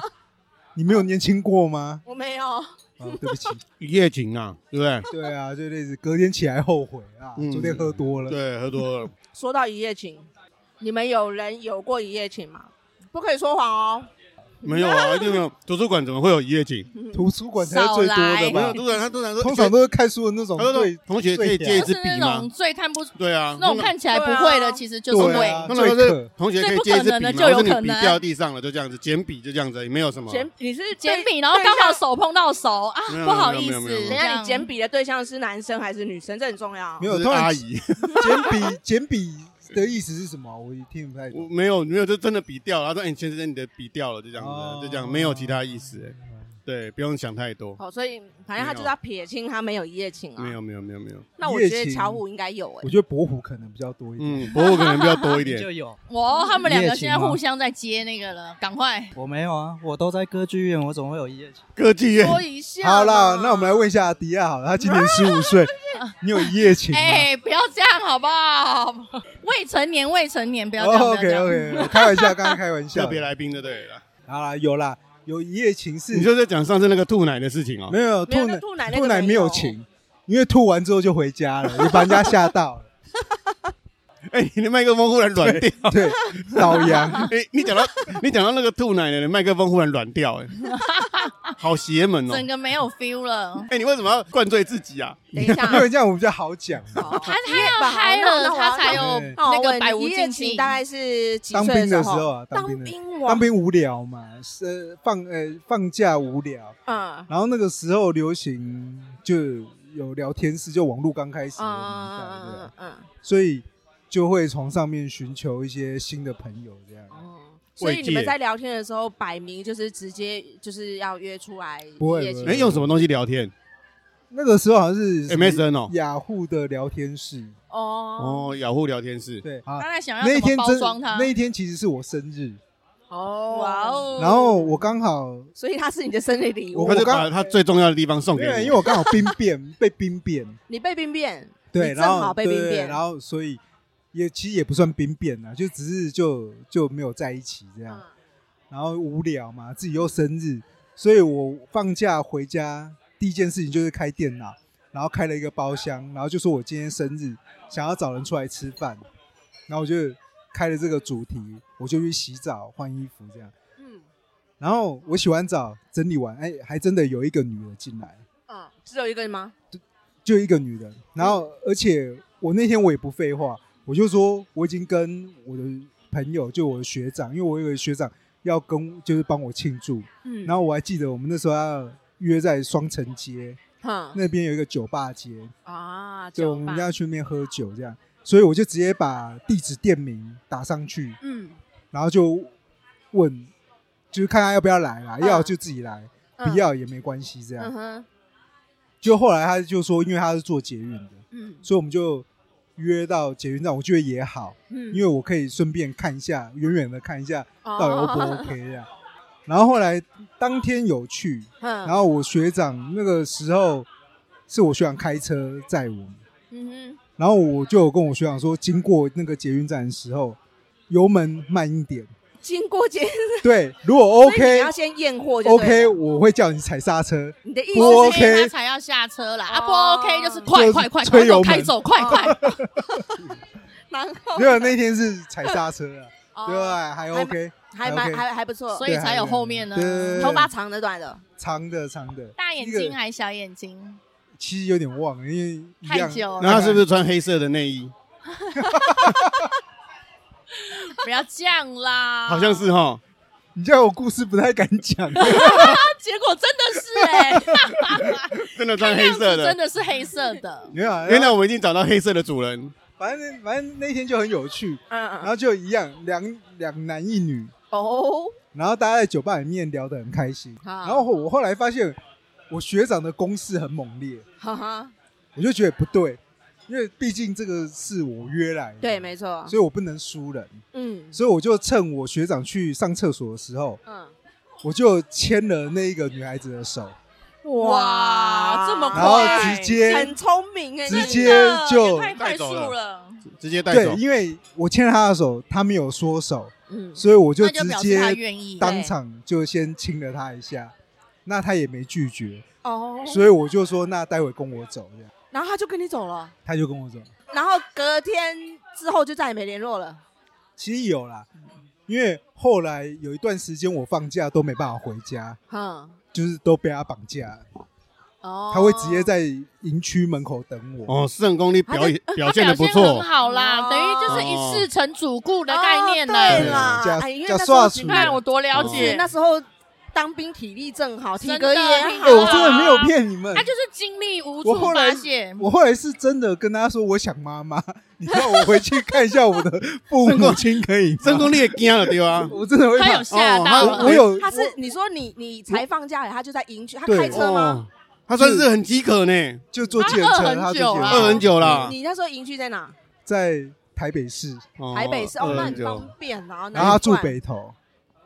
[SPEAKER 3] 你没有年轻过吗？
[SPEAKER 1] 我没有，
[SPEAKER 3] 啊，对不起，
[SPEAKER 2] 夜景啊，对不对？
[SPEAKER 3] 对啊，就类似隔天起来后悔啊，
[SPEAKER 2] 嗯
[SPEAKER 3] 昨天喝多了，
[SPEAKER 2] 对，喝多了，
[SPEAKER 1] 说到一夜情，你们有人有过一夜情吗？不可以说谎哦。
[SPEAKER 2] 没有啊，一定没有。图书馆怎么会有一夜景？
[SPEAKER 3] 图书馆才是最多的
[SPEAKER 2] 没有，
[SPEAKER 3] 吧
[SPEAKER 2] 图？书馆他通常说，
[SPEAKER 3] 通常都是看书的那种
[SPEAKER 2] 他说
[SPEAKER 3] 最
[SPEAKER 2] 同学可以借一
[SPEAKER 4] 就
[SPEAKER 2] 支
[SPEAKER 4] 是
[SPEAKER 2] 笔
[SPEAKER 4] 那
[SPEAKER 2] 吗
[SPEAKER 4] 种？最看不
[SPEAKER 2] 对啊，
[SPEAKER 4] 那种看起来不会
[SPEAKER 1] 对啊
[SPEAKER 4] 的，其实就是
[SPEAKER 3] 对
[SPEAKER 4] 会。
[SPEAKER 3] 啊
[SPEAKER 2] 通常都
[SPEAKER 3] 最
[SPEAKER 2] 是
[SPEAKER 3] 可
[SPEAKER 2] 同学可以
[SPEAKER 4] 最不
[SPEAKER 2] 借一支
[SPEAKER 4] 可能的
[SPEAKER 2] 笔
[SPEAKER 4] 就
[SPEAKER 2] 嘛，
[SPEAKER 4] 有
[SPEAKER 2] 或者
[SPEAKER 4] 可
[SPEAKER 2] 你笔
[SPEAKER 4] 能
[SPEAKER 2] 掉地上了就这样子，捡笔就这样子，也没有什么。
[SPEAKER 1] 捡你是
[SPEAKER 4] 捡
[SPEAKER 1] 对
[SPEAKER 4] 笔，然后刚好
[SPEAKER 1] 对象
[SPEAKER 4] 手碰到手啊，
[SPEAKER 2] 没有
[SPEAKER 4] 不好意
[SPEAKER 2] 没有
[SPEAKER 4] 思
[SPEAKER 2] 没有没有。
[SPEAKER 1] 等一下你捡
[SPEAKER 4] 笔，
[SPEAKER 1] 笔的对象是男生还是女生？这很重要。
[SPEAKER 3] 没有
[SPEAKER 2] 是
[SPEAKER 3] 通常
[SPEAKER 2] 阿姨，
[SPEAKER 3] 简笔 [laughs] 简笔的意思是什么？我也听不太
[SPEAKER 2] 我
[SPEAKER 3] 懂。
[SPEAKER 2] 没有没有，就真的笔掉了。他说：“哎、先生，你的笔掉了，就这样子，
[SPEAKER 3] 哦
[SPEAKER 2] 就这样，没有其他意思。哎对，不用想太多。
[SPEAKER 1] 哦，所以反正他
[SPEAKER 2] 没有
[SPEAKER 1] 就是要撇清他没有一夜情啊。
[SPEAKER 2] 没。有，没有，没有，没有。
[SPEAKER 1] 那我
[SPEAKER 3] 一夜
[SPEAKER 1] 觉得
[SPEAKER 3] 情
[SPEAKER 1] 乔五应该有哎、
[SPEAKER 3] 我觉得博虎可能比较多一点。
[SPEAKER 2] 嗯，博物可能比较多一
[SPEAKER 5] 你
[SPEAKER 2] 点。
[SPEAKER 5] 就有。
[SPEAKER 4] 哇，他们两
[SPEAKER 5] 你
[SPEAKER 4] 个
[SPEAKER 5] 也行
[SPEAKER 4] 现
[SPEAKER 5] 吗
[SPEAKER 4] 在互相在接那个了，赶快
[SPEAKER 5] 我没有啊，我都在歌剧院，我怎么会有一夜情？
[SPEAKER 2] 歌剧院
[SPEAKER 1] 说一下嘛。
[SPEAKER 3] 好啦，那我们来问一下迪啊亚好了，他今年十五岁，
[SPEAKER 4] [laughs]
[SPEAKER 3] 你有一夜情吗？
[SPEAKER 4] 哎，不要这样好不好？ [laughs] 未成年，未成年，不要这样，不
[SPEAKER 3] 哦
[SPEAKER 4] 要这
[SPEAKER 3] OK
[SPEAKER 4] 样。
[SPEAKER 3] OK，开玩笑，刚刚开玩笑。
[SPEAKER 2] 特别来宾就对了。
[SPEAKER 3] 好啦，有啦，有一夜情是
[SPEAKER 2] 你就在讲上次那个吐奶的事情哦
[SPEAKER 3] 没。有
[SPEAKER 1] 没有
[SPEAKER 3] 吐
[SPEAKER 1] 那
[SPEAKER 3] 奶，
[SPEAKER 1] 吐奶那个
[SPEAKER 3] 吐奶
[SPEAKER 1] 没
[SPEAKER 3] 没有
[SPEAKER 1] 有
[SPEAKER 3] 情，因为吐完之后就回家了，也把人家吓到了。
[SPEAKER 4] [laughs]
[SPEAKER 2] 哎、你的麦克风忽然软掉。
[SPEAKER 3] 对，倒羊。
[SPEAKER 4] [laughs]
[SPEAKER 2] 哎、你讲到你讲到那个吐奶的，麦克风忽然软掉、哎，好邪门哦、
[SPEAKER 4] 整个没有 feel 了。
[SPEAKER 1] 哦
[SPEAKER 2] 哎、你为什么要灌醉自己啊？
[SPEAKER 1] 等一
[SPEAKER 3] [laughs]
[SPEAKER 1] 下，
[SPEAKER 3] 因为这样我们比较好讲。
[SPEAKER 1] 哦
[SPEAKER 4] 他他
[SPEAKER 1] 一夜吧
[SPEAKER 4] 要嗨
[SPEAKER 1] 那
[SPEAKER 4] 了，
[SPEAKER 1] 那我
[SPEAKER 4] 他
[SPEAKER 1] 要
[SPEAKER 4] 才
[SPEAKER 1] 那
[SPEAKER 4] 有
[SPEAKER 3] 对
[SPEAKER 1] 那
[SPEAKER 4] 那
[SPEAKER 1] 我
[SPEAKER 4] 个
[SPEAKER 1] 问
[SPEAKER 4] 百
[SPEAKER 1] 你
[SPEAKER 4] 无
[SPEAKER 1] 一夜
[SPEAKER 4] 禁
[SPEAKER 1] 情
[SPEAKER 4] 忌。
[SPEAKER 1] 大概是几
[SPEAKER 3] 当
[SPEAKER 1] 岁
[SPEAKER 3] 兵的时
[SPEAKER 1] 时
[SPEAKER 3] 候啊当兵的
[SPEAKER 1] 兵
[SPEAKER 3] 当
[SPEAKER 1] 王，
[SPEAKER 3] 兵无聊嘛，是呃放呃放假无聊，
[SPEAKER 1] 嗯
[SPEAKER 3] 然后那个时候流行就有聊天室，就网络刚开始的年
[SPEAKER 4] 啊
[SPEAKER 3] 代，对啊
[SPEAKER 1] 嗯
[SPEAKER 3] 吧，
[SPEAKER 1] 嗯
[SPEAKER 3] 所以就会从上面寻求一些新的朋友这样。
[SPEAKER 1] 嗯。所以
[SPEAKER 2] 慰
[SPEAKER 1] 你
[SPEAKER 2] 藉
[SPEAKER 1] 们在聊天的时候，摆明就是直接就是要约出来
[SPEAKER 3] 不会
[SPEAKER 1] 一夜情
[SPEAKER 2] 哎、用什么东西聊天
[SPEAKER 3] 那个时候好像是什么
[SPEAKER 2] ？MSN 哦、
[SPEAKER 3] 雅虎的聊天室，
[SPEAKER 1] 哦
[SPEAKER 2] 哦，雅虎聊天室。
[SPEAKER 3] 对啊
[SPEAKER 4] 他，在想要
[SPEAKER 3] 那一
[SPEAKER 4] 怎么
[SPEAKER 3] 天
[SPEAKER 4] 包
[SPEAKER 3] 真
[SPEAKER 4] 装他
[SPEAKER 3] 那。一天其实是我生日，
[SPEAKER 1] 哦
[SPEAKER 4] 哇，哦！
[SPEAKER 3] 然后我刚好
[SPEAKER 1] 所以他是你的生日礼物
[SPEAKER 3] 我
[SPEAKER 2] 他，就
[SPEAKER 3] 刚
[SPEAKER 2] 把他最重要的地方送
[SPEAKER 3] 因
[SPEAKER 2] 给
[SPEAKER 3] 为
[SPEAKER 2] 你，
[SPEAKER 3] 因为我刚好兵变 [laughs] 被兵变，
[SPEAKER 1] 你被兵变，
[SPEAKER 3] 对，
[SPEAKER 1] 你
[SPEAKER 3] 然
[SPEAKER 1] 正
[SPEAKER 3] 后
[SPEAKER 1] 好被兵
[SPEAKER 3] 对
[SPEAKER 1] 变
[SPEAKER 3] 然后所以也其实也不算兵变啦，就只是就就没有在一起这样，
[SPEAKER 1] 嗯
[SPEAKER 3] 然后无聊嘛，自己又生日，所以我放假回家第一件事情就是开电脑，然后开了一个包厢，然后就说我今天生日，想要找人出来吃饭，然后我就开了这个主题，我就去洗澡换衣服这样，
[SPEAKER 1] 嗯
[SPEAKER 3] 然后我洗完澡整理完，哎，还真的有一个女的进来。
[SPEAKER 1] 嗯，只有一个吗？
[SPEAKER 3] 就一个女的，然后而且我那天我也不废话，我就说我已经跟我的朋友，就我的学长，因为我有个学长要跟就是帮我庆祝，
[SPEAKER 1] 嗯
[SPEAKER 3] [laughs] 然后我还记得我们那时候要约在双城街，
[SPEAKER 1] 哼
[SPEAKER 3] 那边有一个酒吧街，
[SPEAKER 1] 啊，
[SPEAKER 3] 对，
[SPEAKER 1] 酒
[SPEAKER 3] 我们
[SPEAKER 1] 吧
[SPEAKER 3] 要去那边喝酒这样，所以我就直接把地址店名打上去，
[SPEAKER 4] 嗯，
[SPEAKER 3] 然后就问，就是看他要不要来啦，
[SPEAKER 1] 嗯
[SPEAKER 3] 要就自己来，
[SPEAKER 1] 嗯
[SPEAKER 3] 不要也没关系
[SPEAKER 1] 嗯
[SPEAKER 3] 这样。
[SPEAKER 1] 哼，
[SPEAKER 3] 就后来他就说，因为他是做捷运的，
[SPEAKER 4] 嗯
[SPEAKER 3] 所以我们就约到捷运站，我觉得也好，
[SPEAKER 4] 嗯，
[SPEAKER 3] 因为我可以顺便看一下，远远的看一下到底 O 不
[SPEAKER 1] [laughs] 哦，
[SPEAKER 3] OK 这样。然后后来当天有去，然
[SPEAKER 1] 嗯
[SPEAKER 3] 后我学长那个时候是我学长开车载我们，
[SPEAKER 1] 嗯
[SPEAKER 3] 然后我就有跟我学长说，经过那个捷运站的时候，油门慢一点。
[SPEAKER 1] 哼，经过检
[SPEAKER 3] 对，如果
[SPEAKER 1] 所以
[SPEAKER 3] OK
[SPEAKER 1] 你要先验货就
[SPEAKER 3] OK，
[SPEAKER 1] 对了
[SPEAKER 3] 我会叫你踩刹车。
[SPEAKER 1] 你的意
[SPEAKER 3] 不
[SPEAKER 1] 思
[SPEAKER 3] OK
[SPEAKER 4] 他才要下车啦，啊不
[SPEAKER 1] 哦
[SPEAKER 4] OK 就是
[SPEAKER 3] 就
[SPEAKER 4] 快
[SPEAKER 3] 是
[SPEAKER 4] 快快，
[SPEAKER 3] 吹
[SPEAKER 4] 快走
[SPEAKER 3] 油门
[SPEAKER 4] 开走快快，
[SPEAKER 3] [laughs]
[SPEAKER 1] 然后
[SPEAKER 3] 没有，那天是踩刹车啊，
[SPEAKER 1] 哦
[SPEAKER 3] 对，还 OK，
[SPEAKER 1] 还
[SPEAKER 3] 还
[SPEAKER 1] 蛮
[SPEAKER 3] OK
[SPEAKER 1] 还还不错，
[SPEAKER 4] 所以才有后面呢
[SPEAKER 3] 对对对对
[SPEAKER 1] 头发长的短的，
[SPEAKER 3] 长的长的，
[SPEAKER 4] 大眼
[SPEAKER 3] 一
[SPEAKER 4] 睛啊
[SPEAKER 3] 个
[SPEAKER 4] 还是小眼睛？
[SPEAKER 3] 其实有点忘了，因为一样
[SPEAKER 4] 太久了
[SPEAKER 2] 那他是不是
[SPEAKER 3] 是
[SPEAKER 2] 穿黑色的内衣？
[SPEAKER 4] 不要这样
[SPEAKER 3] [laughs]
[SPEAKER 4] 啦，啊
[SPEAKER 2] 好像是哈，
[SPEAKER 3] 你叫我故事不太敢讲？ [laughs]
[SPEAKER 4] 结果真的是哎、
[SPEAKER 2] 真的穿
[SPEAKER 4] 看
[SPEAKER 2] 黑
[SPEAKER 4] 样子
[SPEAKER 2] 色
[SPEAKER 4] 真
[SPEAKER 2] 的。
[SPEAKER 4] 的是黑色的。
[SPEAKER 3] 没有啊，
[SPEAKER 2] [laughs] 原来我们已经找到黑色的主人，
[SPEAKER 3] 反正反正那天就很有趣，
[SPEAKER 1] 嗯
[SPEAKER 3] 然
[SPEAKER 1] 嗯
[SPEAKER 3] 后就一样两两男一女，
[SPEAKER 1] 哦，
[SPEAKER 3] 然后大家在酒吧里面聊得很开心。
[SPEAKER 1] 好
[SPEAKER 4] 啊
[SPEAKER 3] 然后我后来发现，我学长的攻势很猛烈，
[SPEAKER 1] 哈哈，
[SPEAKER 3] 我就觉得不对，因为毕竟这个是我约来的，
[SPEAKER 1] 对，没错，
[SPEAKER 3] 所以我不能输人，
[SPEAKER 1] 嗯
[SPEAKER 3] 所以我就趁我学长去上厕所的时候，
[SPEAKER 1] 嗯，
[SPEAKER 3] 我就牵了那一个女孩子的手，
[SPEAKER 4] 哇这么
[SPEAKER 3] 然后
[SPEAKER 4] 快
[SPEAKER 3] 直接
[SPEAKER 1] 很聪明哎，
[SPEAKER 3] 直
[SPEAKER 1] 你
[SPEAKER 3] 接
[SPEAKER 4] 真的
[SPEAKER 3] 就
[SPEAKER 4] 也太
[SPEAKER 2] 带
[SPEAKER 4] 快速
[SPEAKER 2] 走
[SPEAKER 4] 了，
[SPEAKER 2] 直接带
[SPEAKER 3] 对
[SPEAKER 2] 走，。
[SPEAKER 3] 因为我牵了她的手，她没有缩手，
[SPEAKER 1] 嗯
[SPEAKER 3] 所以我就
[SPEAKER 4] 那就
[SPEAKER 3] 直
[SPEAKER 4] 表示他
[SPEAKER 3] 接
[SPEAKER 4] 愿意。
[SPEAKER 3] 当场就先亲了她一下，那她也没拒绝，
[SPEAKER 1] 哦，
[SPEAKER 4] [laughs]
[SPEAKER 3] 所以我就说那待会跟我走，这样
[SPEAKER 1] 然后他就跟你走了，
[SPEAKER 3] 她就跟我走。
[SPEAKER 1] 然后隔天之后就再也没联络了。
[SPEAKER 3] 其实有啦，
[SPEAKER 4] 嗯
[SPEAKER 3] 因为后来有一段时间我放假都没办法回家，
[SPEAKER 1] 嗯，
[SPEAKER 3] 就是都被他绑架，
[SPEAKER 1] 哦，
[SPEAKER 3] 他会直接在营区门口等我。
[SPEAKER 2] 哦，圣功你表演表
[SPEAKER 4] 他
[SPEAKER 2] 现的不
[SPEAKER 4] 表现
[SPEAKER 2] 错
[SPEAKER 4] 很，好啦，
[SPEAKER 1] 哦
[SPEAKER 4] 等于就是一世成主顾的概念呢、
[SPEAKER 1] 哦对
[SPEAKER 3] 啦
[SPEAKER 1] 啦，
[SPEAKER 3] 嗯加
[SPEAKER 1] 哎因为
[SPEAKER 3] 加
[SPEAKER 1] 那时候
[SPEAKER 3] 刷
[SPEAKER 1] 你
[SPEAKER 4] 你
[SPEAKER 3] 出
[SPEAKER 1] 看
[SPEAKER 4] 看我多了
[SPEAKER 1] 是
[SPEAKER 4] 解，
[SPEAKER 1] 那时候当兵体力正好，体
[SPEAKER 4] 真
[SPEAKER 1] 格
[SPEAKER 4] 的啊
[SPEAKER 1] 也
[SPEAKER 4] 体
[SPEAKER 1] 好
[SPEAKER 3] 哎、，我真的没有骗你们
[SPEAKER 4] 他，就是精力无
[SPEAKER 3] 我
[SPEAKER 4] 处
[SPEAKER 3] 后来
[SPEAKER 4] 发泄。
[SPEAKER 3] 我后来是真的跟他说我想妈妈， [laughs] 你让我回去看一下我的父母亲可以吗，
[SPEAKER 2] 圣 [laughs] 功你也惊了对啊
[SPEAKER 3] 我真的会
[SPEAKER 4] 他有
[SPEAKER 3] 怕。
[SPEAKER 4] 吓到
[SPEAKER 2] 哦
[SPEAKER 4] 了，
[SPEAKER 3] 我我有
[SPEAKER 1] 他是你说你你才放假，他就在营区，他
[SPEAKER 3] 对
[SPEAKER 1] 开车吗？
[SPEAKER 2] 哦？他算是很饥渴呢，
[SPEAKER 3] 就坐计程车，
[SPEAKER 4] 他
[SPEAKER 3] 他哦
[SPEAKER 4] 饿
[SPEAKER 3] 坐
[SPEAKER 4] 很
[SPEAKER 3] 计
[SPEAKER 4] 久
[SPEAKER 3] 程
[SPEAKER 4] 啦
[SPEAKER 3] 车，
[SPEAKER 2] 饿很久啦。
[SPEAKER 1] 你那时候营区在哪？
[SPEAKER 3] 在台北市，
[SPEAKER 2] 哦
[SPEAKER 1] 台北市哦，
[SPEAKER 2] 饿
[SPEAKER 1] 那很
[SPEAKER 2] 很久
[SPEAKER 1] 方便啊。
[SPEAKER 3] 嗯然后他
[SPEAKER 1] 难
[SPEAKER 3] 住
[SPEAKER 1] 怪
[SPEAKER 3] 北投，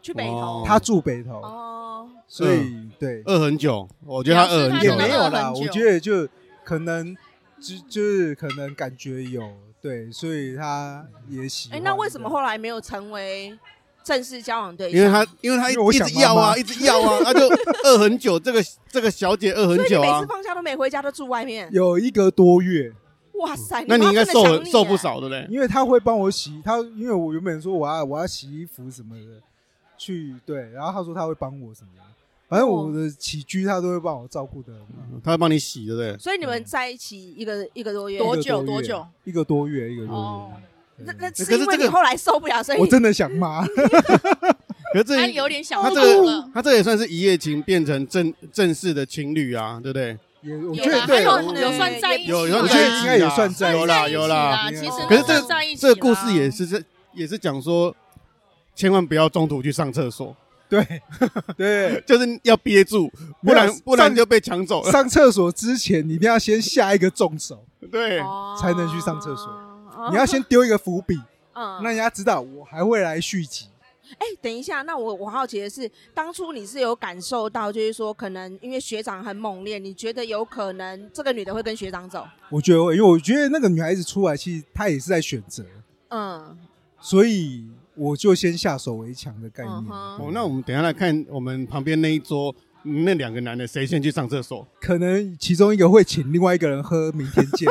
[SPEAKER 1] 去北投
[SPEAKER 2] 哦
[SPEAKER 3] 他住北投，
[SPEAKER 1] 哦，
[SPEAKER 3] 所以对
[SPEAKER 2] 饿很久，我觉得他饿很
[SPEAKER 4] 他真
[SPEAKER 3] 也
[SPEAKER 2] 久
[SPEAKER 4] 的
[SPEAKER 3] 没有
[SPEAKER 4] 饿
[SPEAKER 3] 啦，
[SPEAKER 4] 很久
[SPEAKER 3] 我觉得就可能就就是可能感觉有对，所以他也喜欢。
[SPEAKER 1] 哎，那为什么后来没有成为正式交往对象？
[SPEAKER 2] 因为他，因为他一
[SPEAKER 3] 因为我
[SPEAKER 2] 一
[SPEAKER 3] 想
[SPEAKER 2] 直要
[SPEAKER 3] 妈
[SPEAKER 2] 啊，
[SPEAKER 3] 妈
[SPEAKER 2] 一直要啊，他就饿很久。这个这个小姐饿很
[SPEAKER 1] 所以你
[SPEAKER 2] 久
[SPEAKER 1] 每
[SPEAKER 2] 啊
[SPEAKER 1] 次，放假都没回家，都住外面。
[SPEAKER 3] 有一个多月？
[SPEAKER 1] 哇塞，
[SPEAKER 2] 嗯那
[SPEAKER 1] 你
[SPEAKER 2] 你
[SPEAKER 1] 妈
[SPEAKER 2] 应该
[SPEAKER 1] 真的
[SPEAKER 2] 瘦
[SPEAKER 1] 想
[SPEAKER 2] 很
[SPEAKER 1] 你
[SPEAKER 2] 瘦不
[SPEAKER 1] 耶。
[SPEAKER 2] 少的嘞。
[SPEAKER 3] 因为他会帮我洗，他因为我原本说我要我要洗衣服什么的，去对，然后他说他会帮我什么的，反正我的起居他都会帮我照顾的。
[SPEAKER 2] 他会帮你洗，对不对？
[SPEAKER 1] 所以你们在一起一个一个多月，
[SPEAKER 4] 多
[SPEAKER 3] 一个
[SPEAKER 4] 久
[SPEAKER 3] 月
[SPEAKER 4] 多久？
[SPEAKER 3] 一个多月，一个多
[SPEAKER 4] 哦
[SPEAKER 3] 月
[SPEAKER 1] 那。那
[SPEAKER 3] 对
[SPEAKER 1] 是
[SPEAKER 2] 可是
[SPEAKER 1] 因为
[SPEAKER 2] 这
[SPEAKER 1] 你
[SPEAKER 2] 个
[SPEAKER 1] 后来受不了，所以
[SPEAKER 3] 我真的想妈，
[SPEAKER 2] 可是
[SPEAKER 4] 他
[SPEAKER 2] 这
[SPEAKER 4] 有点小
[SPEAKER 2] 他
[SPEAKER 4] 孤
[SPEAKER 2] 这
[SPEAKER 4] 独
[SPEAKER 2] 个
[SPEAKER 4] 了。
[SPEAKER 2] 他这个也算是一夜情变成正正式的情侣啊，对不对？
[SPEAKER 3] 也我
[SPEAKER 4] 有
[SPEAKER 3] 觉
[SPEAKER 4] 啦
[SPEAKER 3] 得
[SPEAKER 4] 还
[SPEAKER 3] 对，
[SPEAKER 4] 有
[SPEAKER 3] 我
[SPEAKER 4] 有算在一起啦，
[SPEAKER 2] 有有算
[SPEAKER 3] 我觉
[SPEAKER 2] 在一
[SPEAKER 3] 得
[SPEAKER 2] 起
[SPEAKER 3] 应该也算
[SPEAKER 2] 啊
[SPEAKER 3] 在
[SPEAKER 2] 有啦有啦。
[SPEAKER 4] 其实
[SPEAKER 2] 可是这
[SPEAKER 4] 都在一起
[SPEAKER 2] 这
[SPEAKER 4] 啦
[SPEAKER 2] 个故事也是在也是讲说，千万不要中途去上厕所，
[SPEAKER 3] 对 [laughs] 对，
[SPEAKER 2] 就是要憋住，不
[SPEAKER 3] 没有
[SPEAKER 2] 然不然
[SPEAKER 3] 上
[SPEAKER 2] 就被抢走了。
[SPEAKER 3] [laughs] 上厕所之前，你一定要先下一个重手，
[SPEAKER 2] [laughs] 对，
[SPEAKER 1] 哦
[SPEAKER 3] 才能去上厕所
[SPEAKER 1] 哦
[SPEAKER 3] 你要先丢一个伏笔，
[SPEAKER 1] 嗯
[SPEAKER 3] 让人家知道我还会来续集。
[SPEAKER 1] 哎、等一下，那我我好奇的是，当初你是有感受到，就是说，可能因为学长很猛烈，你觉得有可能这个女的会跟学长走？
[SPEAKER 3] 我觉得会，因为我觉得那个女孩子出来，其实她也是在选择，
[SPEAKER 1] 嗯，
[SPEAKER 3] 所以我就先下手为强的概念
[SPEAKER 1] 嗯。哼
[SPEAKER 2] 哦，那我们等一下来看我们旁边那一桌那两个男的谁先去上厕所？
[SPEAKER 3] 可能其中一个会请另外一个人喝，明天见。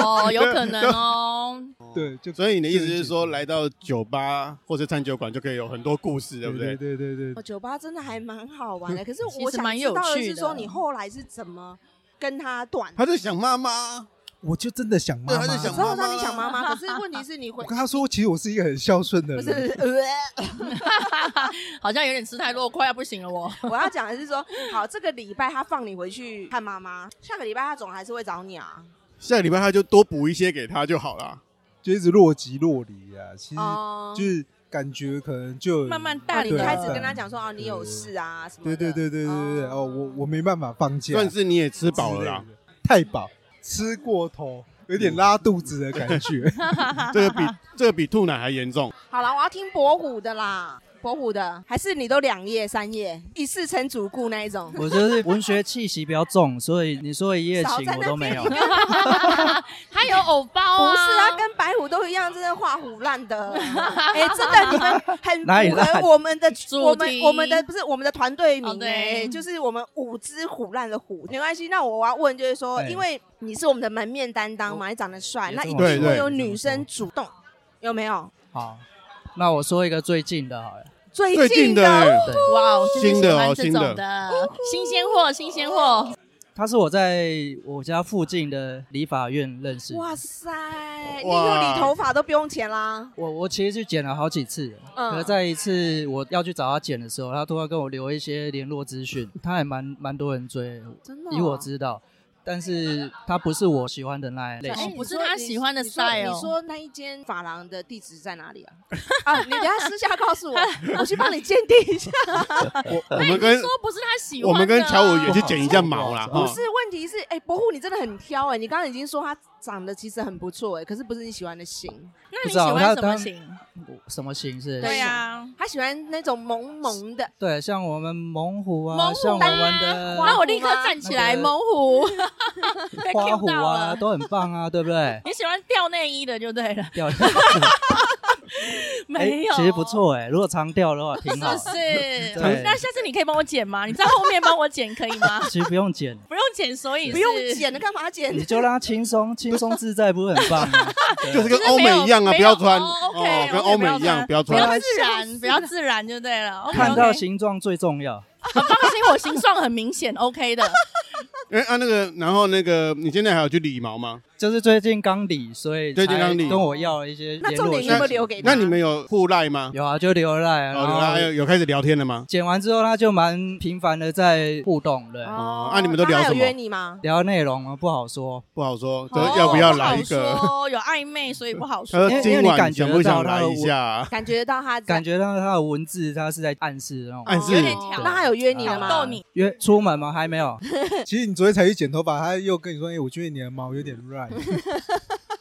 [SPEAKER 4] 哦，有可能哦。
[SPEAKER 3] [laughs] 对，就
[SPEAKER 2] 所以你的意思是说，
[SPEAKER 3] 对
[SPEAKER 2] 来到酒吧或是餐酒馆就可以有很多故事，对不对？
[SPEAKER 3] 对对对
[SPEAKER 1] 哦，
[SPEAKER 3] 对，
[SPEAKER 1] 酒吧真的还蛮好玩的。可是
[SPEAKER 4] 其
[SPEAKER 1] 我
[SPEAKER 4] 实
[SPEAKER 1] 想
[SPEAKER 4] 蛮
[SPEAKER 1] 知
[SPEAKER 4] 有
[SPEAKER 1] 道的
[SPEAKER 4] 趣
[SPEAKER 1] 是
[SPEAKER 4] 的
[SPEAKER 2] [laughs]
[SPEAKER 1] 说，你后来是怎么跟他断？
[SPEAKER 2] 他就想妈妈，
[SPEAKER 3] 我就真的想妈
[SPEAKER 2] 对他就
[SPEAKER 1] 我
[SPEAKER 2] 想
[SPEAKER 1] 知道我知道你
[SPEAKER 2] 想
[SPEAKER 1] 想
[SPEAKER 2] 妈
[SPEAKER 1] 妈妈，可是问题是你
[SPEAKER 3] 我
[SPEAKER 1] 会
[SPEAKER 3] 跟他说，其实我是一个很孝顺的
[SPEAKER 1] 不
[SPEAKER 3] 人，啊
[SPEAKER 1] 是呃，
[SPEAKER 4] 好像有点吃太多，快要不行了我。
[SPEAKER 1] [laughs] 我要讲的是说，好，这个礼拜他放你回去看妈妈，下个礼拜他总还是会找你啊。
[SPEAKER 2] 下个礼拜他就多补一些给他就好了。
[SPEAKER 3] 就一直若即若离啊。其实
[SPEAKER 1] 哦
[SPEAKER 3] 就是感觉可能就
[SPEAKER 4] 慢慢
[SPEAKER 1] 那
[SPEAKER 4] 淡
[SPEAKER 1] 你
[SPEAKER 4] 了，
[SPEAKER 1] 开始跟他讲说，哦，你有事啊什么
[SPEAKER 3] 对
[SPEAKER 1] 的。
[SPEAKER 3] 啊对对对对对对，哦，我我没办法放假，
[SPEAKER 2] 算是啊你也吃饱了啦
[SPEAKER 3] 之，类的，太饱，吃过头，有点拉肚子的感觉。
[SPEAKER 2] [laughs] 这个比这个比吐奶还严重。
[SPEAKER 1] 好了，我要听博虎的啦，博虎的，还是你都两夜三夜，一世成主顾那一种。
[SPEAKER 6] 我就是文学气息比较重，所以你说的一夜
[SPEAKER 1] 少
[SPEAKER 6] 情
[SPEAKER 1] 在那
[SPEAKER 6] 我都没有。
[SPEAKER 4] 他有偶包
[SPEAKER 1] 不
[SPEAKER 4] 啊，
[SPEAKER 1] 是啊，跟白虎都一样，真的画虎烂
[SPEAKER 6] [laughs]
[SPEAKER 1] 的。哎、真的，你们很
[SPEAKER 6] 哪里
[SPEAKER 1] 符合
[SPEAKER 6] 烂
[SPEAKER 1] 我们的
[SPEAKER 4] 主
[SPEAKER 1] 我们
[SPEAKER 4] 题
[SPEAKER 1] 我们的不是我们的团队名
[SPEAKER 4] 哦对
[SPEAKER 1] 哎、就是我们五只虎烂的虎，没关系。那我要问就是说，
[SPEAKER 6] 对
[SPEAKER 1] 因为你是我们的门面担当嘛，你长得帅，
[SPEAKER 6] 也
[SPEAKER 1] 那
[SPEAKER 6] 这
[SPEAKER 1] 一
[SPEAKER 6] 么
[SPEAKER 2] 说
[SPEAKER 1] 定会有
[SPEAKER 6] 也这么
[SPEAKER 1] 女生
[SPEAKER 6] 说
[SPEAKER 1] 主动，有没有？
[SPEAKER 6] 好，那我说一个最近的好了，
[SPEAKER 1] 最
[SPEAKER 2] 最近
[SPEAKER 1] 近
[SPEAKER 2] 的欸
[SPEAKER 4] 哇，我就是
[SPEAKER 2] 新的哦
[SPEAKER 4] 喜欢这种
[SPEAKER 2] 新
[SPEAKER 4] 的新鲜货，新鲜货，
[SPEAKER 6] 他是我在我家附近的理发院认识的。
[SPEAKER 1] 哇塞，你以后
[SPEAKER 2] 哇
[SPEAKER 1] 理头发都不用钱啦。
[SPEAKER 6] 我我其实去剪了好几次了，
[SPEAKER 1] 嗯
[SPEAKER 6] 可是在一次我要去找他剪的时候，他突然跟我留一些联络
[SPEAKER 4] [laughs]
[SPEAKER 6] 资讯，他还蛮蛮多人追，
[SPEAKER 1] 真的哦
[SPEAKER 6] 以我知道，但是他不是我喜欢的那一类
[SPEAKER 1] 哦
[SPEAKER 4] 哎
[SPEAKER 6] 型。
[SPEAKER 4] 不是他喜欢的
[SPEAKER 1] 你说你
[SPEAKER 4] style
[SPEAKER 1] 说你说那一间发廊的地址在哪里啊？ [laughs] 啊，你等一下私下告诉我，我去帮你鉴定一下。
[SPEAKER 2] 我
[SPEAKER 4] 那
[SPEAKER 2] 们
[SPEAKER 4] 你
[SPEAKER 2] 跟
[SPEAKER 4] 说不是他喜欢
[SPEAKER 2] 我
[SPEAKER 4] 的啊，
[SPEAKER 2] 们跟乔五也去剪一下毛啦。
[SPEAKER 6] 不
[SPEAKER 1] 不
[SPEAKER 2] 哈
[SPEAKER 1] [laughs] 是，问题是，哎、伯虎你真的很挑哎、你刚刚已经说他长得其实很不错哎、可是不是你喜欢的型，
[SPEAKER 4] 那
[SPEAKER 6] 不
[SPEAKER 4] 你
[SPEAKER 6] 知
[SPEAKER 4] 喜
[SPEAKER 6] 道
[SPEAKER 4] 欢什
[SPEAKER 6] 他
[SPEAKER 4] 么
[SPEAKER 6] 他
[SPEAKER 4] 型？
[SPEAKER 6] 我什么形式？
[SPEAKER 1] 对
[SPEAKER 4] 呀，
[SPEAKER 1] 他喜欢那种萌萌的，
[SPEAKER 6] 对，像我们猛虎啊，
[SPEAKER 4] 猛虎
[SPEAKER 6] 像我们
[SPEAKER 4] 那
[SPEAKER 6] 的
[SPEAKER 4] 我立刻站起来，
[SPEAKER 6] 那个
[SPEAKER 4] 猛虎，被
[SPEAKER 6] [laughs] 花
[SPEAKER 4] cue
[SPEAKER 6] 虎
[SPEAKER 4] 到
[SPEAKER 6] 啊，
[SPEAKER 4] 了。
[SPEAKER 6] 都很
[SPEAKER 4] [laughs]？
[SPEAKER 6] 棒啊，对不对
[SPEAKER 4] 你喜欢吊内衣的就对了，
[SPEAKER 6] 掉 [laughs]
[SPEAKER 4] 没有，
[SPEAKER 6] 哎其实不，错哎，如果常掉的话挺好
[SPEAKER 4] 是。不是？
[SPEAKER 6] 对？
[SPEAKER 4] [laughs] 那下次你可以帮我剪吗？你在后面帮我剪可以吗 [laughs]
[SPEAKER 6] 其实不用剪，
[SPEAKER 4] 不用剪，所以
[SPEAKER 1] 不用
[SPEAKER 4] 是
[SPEAKER 1] 剪了干嘛剪？
[SPEAKER 6] 你就让他轻松轻松自在，不是很
[SPEAKER 2] [laughs]
[SPEAKER 6] 棒吗？
[SPEAKER 2] 就是跟欧美一样啊，
[SPEAKER 4] 没有
[SPEAKER 2] 不要穿
[SPEAKER 4] 没有哦
[SPEAKER 2] 哦
[SPEAKER 4] ，OK，，
[SPEAKER 2] 跟
[SPEAKER 4] OK，
[SPEAKER 2] 欧美一样，
[SPEAKER 4] 不
[SPEAKER 2] 不要
[SPEAKER 4] 不要
[SPEAKER 2] 穿。
[SPEAKER 4] 自然，不要自然就对
[SPEAKER 6] [laughs]
[SPEAKER 4] 了。OK，OK
[SPEAKER 6] 看到形状最重要。
[SPEAKER 4] 很放心，我形状很明显，OK 的。
[SPEAKER 2] 哎啊，那个，然后那个，你现在还有去理毛吗？
[SPEAKER 6] 就是最近刚理，所以
[SPEAKER 2] 最近刚理
[SPEAKER 6] 才跟我要了一些
[SPEAKER 1] 那
[SPEAKER 6] 联
[SPEAKER 1] 重
[SPEAKER 6] 络
[SPEAKER 1] 点你
[SPEAKER 6] 讯
[SPEAKER 1] 有没有
[SPEAKER 6] 息。
[SPEAKER 4] 啊
[SPEAKER 1] 留给他？
[SPEAKER 2] 那你们有互赖吗？
[SPEAKER 6] 有啊，就留赖，
[SPEAKER 2] 哦，
[SPEAKER 6] 然
[SPEAKER 2] 有啊，
[SPEAKER 6] 后
[SPEAKER 2] 有有开始聊天了吗？
[SPEAKER 6] 剪完之后，他就蛮频繁的在互动，对，
[SPEAKER 1] 哦
[SPEAKER 2] 啊你们都聊
[SPEAKER 1] 那他有
[SPEAKER 2] 什么
[SPEAKER 1] 约你吗？
[SPEAKER 6] 聊内容啊不好说，
[SPEAKER 2] 不好说，这
[SPEAKER 4] 哦
[SPEAKER 2] 要不要来一个呃
[SPEAKER 4] 不？好哦说有暧昧，所以不好
[SPEAKER 2] [laughs] 他
[SPEAKER 4] 说。
[SPEAKER 2] 说
[SPEAKER 4] 哎
[SPEAKER 6] 因为
[SPEAKER 2] 今
[SPEAKER 6] 因为你
[SPEAKER 2] 晚
[SPEAKER 6] 感觉
[SPEAKER 2] 想不想
[SPEAKER 6] 到他
[SPEAKER 2] 来
[SPEAKER 6] 的
[SPEAKER 2] 一下啊？ [laughs]
[SPEAKER 1] 感觉到他在
[SPEAKER 6] 感觉到他的文字他是在暗示那种。
[SPEAKER 2] 暗示
[SPEAKER 4] 有点挑
[SPEAKER 1] 那他有约你了
[SPEAKER 4] 挑
[SPEAKER 1] 吗？
[SPEAKER 4] 逗你，
[SPEAKER 6] 约出门吗？还没有，
[SPEAKER 3] 其实你昨天才去剪头发，他又跟你说：“哎、我觉得你的毛有点乱。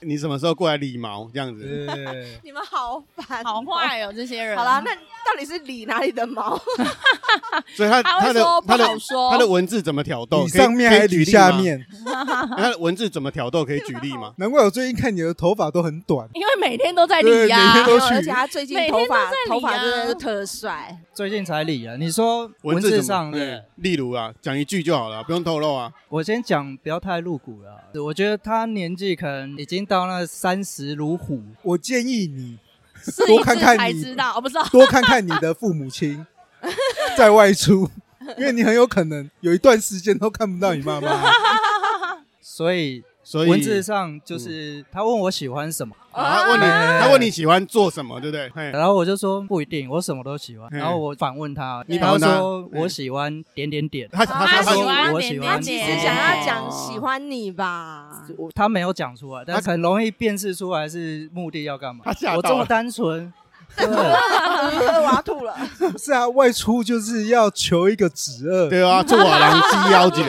[SPEAKER 2] 你什么时候过来理毛？这样”子，
[SPEAKER 3] 对，
[SPEAKER 1] 你们好烦，
[SPEAKER 4] 好。坏哦，这些人。
[SPEAKER 1] 好啦，那到底是理哪里的毛？
[SPEAKER 2] 所以他
[SPEAKER 4] 他会
[SPEAKER 2] 他的
[SPEAKER 4] 说
[SPEAKER 2] 他
[SPEAKER 4] 不
[SPEAKER 2] 的
[SPEAKER 4] 好说，
[SPEAKER 2] 他的文字怎么挑逗？
[SPEAKER 3] 你
[SPEAKER 2] 可以
[SPEAKER 3] 上面还
[SPEAKER 2] 可以举
[SPEAKER 3] 捋
[SPEAKER 2] 例吗
[SPEAKER 3] 下面，
[SPEAKER 2] 他的文字怎么挑逗？可以举例吗？ [laughs]
[SPEAKER 3] 难怪我最近看你的头发都很短。
[SPEAKER 4] 因为每天都在啊理
[SPEAKER 3] 对每
[SPEAKER 4] 呀
[SPEAKER 3] 天，都
[SPEAKER 1] 没有
[SPEAKER 3] 去
[SPEAKER 1] 而且他最近
[SPEAKER 4] 每天
[SPEAKER 1] 头
[SPEAKER 4] 都
[SPEAKER 1] 发、
[SPEAKER 4] 在理
[SPEAKER 1] 头发
[SPEAKER 4] 啊
[SPEAKER 1] 真的是特 [laughs] 帅，
[SPEAKER 6] 最近才理啊。你说文
[SPEAKER 2] 字
[SPEAKER 6] 字
[SPEAKER 2] 怎么
[SPEAKER 6] 上的，，
[SPEAKER 2] 例如啊，讲一句就好了，不用透露啊。
[SPEAKER 6] 我先讲不要太露骨了啊。我觉得他年纪可能已经到那三十如虎，
[SPEAKER 3] 我建议你
[SPEAKER 4] 试一
[SPEAKER 3] 多看
[SPEAKER 4] 次
[SPEAKER 3] 看
[SPEAKER 4] 才
[SPEAKER 3] 你
[SPEAKER 4] 知道。哦，不知道，
[SPEAKER 3] 多看看你的父母亲在外出，因为你很有可能有一段时间都看不到你妈妈。
[SPEAKER 6] 所以
[SPEAKER 2] 所以嗯
[SPEAKER 6] 文字上就是他问我喜欢什么，
[SPEAKER 2] 啊，问你，
[SPEAKER 3] 哎
[SPEAKER 6] 啊
[SPEAKER 2] 他问你喜欢做什么，对不对？
[SPEAKER 3] 呃
[SPEAKER 2] 嘿
[SPEAKER 6] 然后我就说不一定，我什么都喜欢。
[SPEAKER 2] 嗯
[SPEAKER 6] 然后我反问他，
[SPEAKER 2] 你
[SPEAKER 6] 然后
[SPEAKER 2] 反问他
[SPEAKER 6] 说我喜欢点点点，
[SPEAKER 2] 他他
[SPEAKER 4] 他
[SPEAKER 2] 他
[SPEAKER 6] 说
[SPEAKER 4] 喜欢
[SPEAKER 6] 我
[SPEAKER 4] 点
[SPEAKER 6] 喜
[SPEAKER 4] 点
[SPEAKER 1] 他
[SPEAKER 6] 欢，
[SPEAKER 1] 其
[SPEAKER 4] 点
[SPEAKER 1] 实
[SPEAKER 4] 耶
[SPEAKER 1] 想要讲喜欢你吧？
[SPEAKER 6] 我他没有讲出来，但
[SPEAKER 2] 他
[SPEAKER 6] 很容易辨识出来是目的要干嘛
[SPEAKER 2] 他吓。到
[SPEAKER 6] 我这么
[SPEAKER 2] 了
[SPEAKER 1] [laughs]
[SPEAKER 6] 单纯，对，
[SPEAKER 1] 呃 [laughs] 我要吐了。
[SPEAKER 3] 不是啊，外出就是要求一个止饿，
[SPEAKER 2] 对啊，做瓦郎鸡腰
[SPEAKER 3] [laughs]
[SPEAKER 2] 子嘞，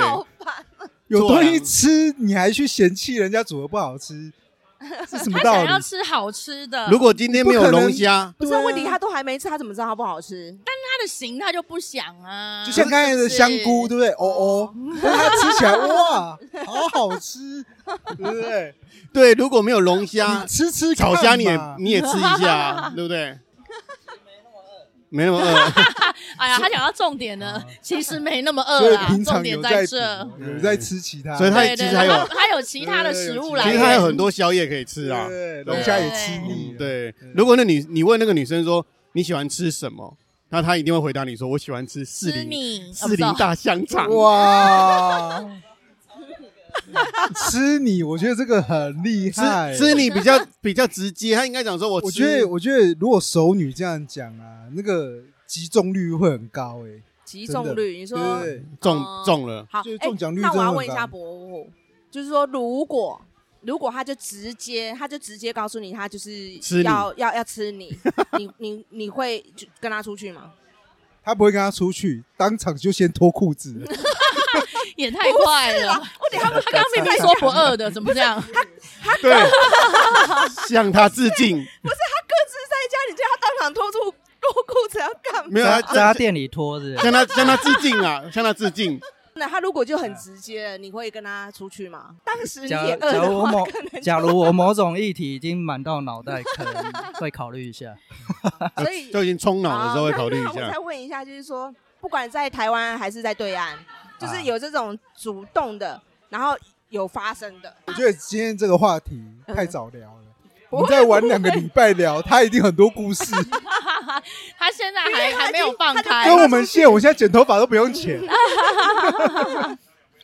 [SPEAKER 3] 有东西吃你还去嫌弃人家煮的不好吃，是什么
[SPEAKER 4] 他
[SPEAKER 3] 道
[SPEAKER 4] 想
[SPEAKER 3] 理？
[SPEAKER 4] 要吃好吃的。
[SPEAKER 2] 如果今天没有龙虾，
[SPEAKER 1] [laughs] 不是
[SPEAKER 3] 对啊
[SPEAKER 1] 问题，他都还没吃，他怎么知道它不好吃？
[SPEAKER 4] 他的型他就不想啊，
[SPEAKER 3] 就像刚才的香菇，
[SPEAKER 4] 是
[SPEAKER 3] 对不对？哦哦，但它吃起来哇，好好吃，对不对？
[SPEAKER 2] 对，如果没有龙虾
[SPEAKER 3] [laughs] 你，吃吃看
[SPEAKER 2] 炒
[SPEAKER 3] 嘛
[SPEAKER 2] 虾你也嗯你也吃一下
[SPEAKER 3] [laughs]
[SPEAKER 2] 啊，对不对？没那么饿，
[SPEAKER 4] 不是。哎呀，他讲到重点呢，其实没那么
[SPEAKER 3] 所
[SPEAKER 4] 饿
[SPEAKER 3] 以
[SPEAKER 4] 啦，
[SPEAKER 3] 平
[SPEAKER 4] 重
[SPEAKER 3] 常
[SPEAKER 4] 点
[SPEAKER 3] 有
[SPEAKER 4] 在
[SPEAKER 3] 在
[SPEAKER 4] 这。
[SPEAKER 3] 补有在吃其他，
[SPEAKER 2] 所以他
[SPEAKER 4] 对
[SPEAKER 2] 其
[SPEAKER 4] 对，
[SPEAKER 2] 实还有
[SPEAKER 4] 他，还有其他的食物来
[SPEAKER 2] 其
[SPEAKER 4] 源，
[SPEAKER 2] 实还有很多宵夜可以吃啊。
[SPEAKER 3] 对龙虾也吃腻
[SPEAKER 2] 嗯，
[SPEAKER 3] 了。
[SPEAKER 2] 对。如果那女你问那个女生说你喜欢吃什么，那她一定会回答你说我喜欢吃士
[SPEAKER 4] 吃
[SPEAKER 2] 林
[SPEAKER 4] 你
[SPEAKER 2] 士林大香肠。
[SPEAKER 3] 哇，吃你，我觉得这个很厉害。
[SPEAKER 7] 吃吃你比较比较直接，他应该讲说我吃，
[SPEAKER 3] 我觉得，我觉得如果熟女这样讲啊，那个集中率会很高诶、
[SPEAKER 1] 集中率，你
[SPEAKER 3] 对
[SPEAKER 1] 说
[SPEAKER 3] 不对？
[SPEAKER 7] 中
[SPEAKER 1] 哦
[SPEAKER 7] 中了，
[SPEAKER 1] 好，
[SPEAKER 3] 就是
[SPEAKER 1] 哎
[SPEAKER 3] 中奖率
[SPEAKER 1] 那我
[SPEAKER 3] 真的
[SPEAKER 1] 要
[SPEAKER 3] 很
[SPEAKER 1] 问一
[SPEAKER 3] 高
[SPEAKER 1] 下伯虎，就是说，如果如果他就直接，他就直接告诉你，他就是
[SPEAKER 7] 吃你
[SPEAKER 1] 要要要吃你，你你你会就跟他出去吗？
[SPEAKER 3] 他不会跟他出去，当场就先脱裤
[SPEAKER 1] [laughs]
[SPEAKER 3] 子了。
[SPEAKER 4] 也太快了。
[SPEAKER 1] 我等一下问
[SPEAKER 4] 他刚刚明明说不饿的，怎么这样？
[SPEAKER 7] 对， [laughs] 向他致敬。
[SPEAKER 1] 各自在家里，叫他当场脱出脱裤子要干嘛？
[SPEAKER 7] 没有他
[SPEAKER 6] 在在他店里拖着，
[SPEAKER 7] 向他向他致敬啊，向他致敬。
[SPEAKER 1] 那他如果就很直接了，你会跟他出去吗？ [laughs] 当时你
[SPEAKER 6] 啊假
[SPEAKER 1] 也饿
[SPEAKER 6] 假
[SPEAKER 1] 的
[SPEAKER 6] 如我
[SPEAKER 1] 话，
[SPEAKER 6] 某
[SPEAKER 1] [laughs] 可能
[SPEAKER 6] 假如我某种议题已经满到脑袋，可能会考虑一下。
[SPEAKER 1] 所以
[SPEAKER 7] 就已经冲脑的时候会考虑
[SPEAKER 1] 好
[SPEAKER 7] 一
[SPEAKER 1] 啊那那我
[SPEAKER 7] 下
[SPEAKER 1] 再。问一下，就是说，不管在台湾还是在对岸，就是
[SPEAKER 6] 啊
[SPEAKER 1] 有这种主动的，然后有发生的，
[SPEAKER 3] 我觉得今天这个话题太早聊了，
[SPEAKER 1] 不
[SPEAKER 3] 我
[SPEAKER 1] 会
[SPEAKER 3] 们再玩两个礼拜聊，他一定很多故事。 [laughs]
[SPEAKER 4] 他现在
[SPEAKER 1] 因为他已
[SPEAKER 4] 还
[SPEAKER 1] 经
[SPEAKER 4] 还没有放
[SPEAKER 1] 他就
[SPEAKER 4] 开
[SPEAKER 3] 跟。我们现，我现在剪头发都不用
[SPEAKER 1] [laughs]
[SPEAKER 3] 剪。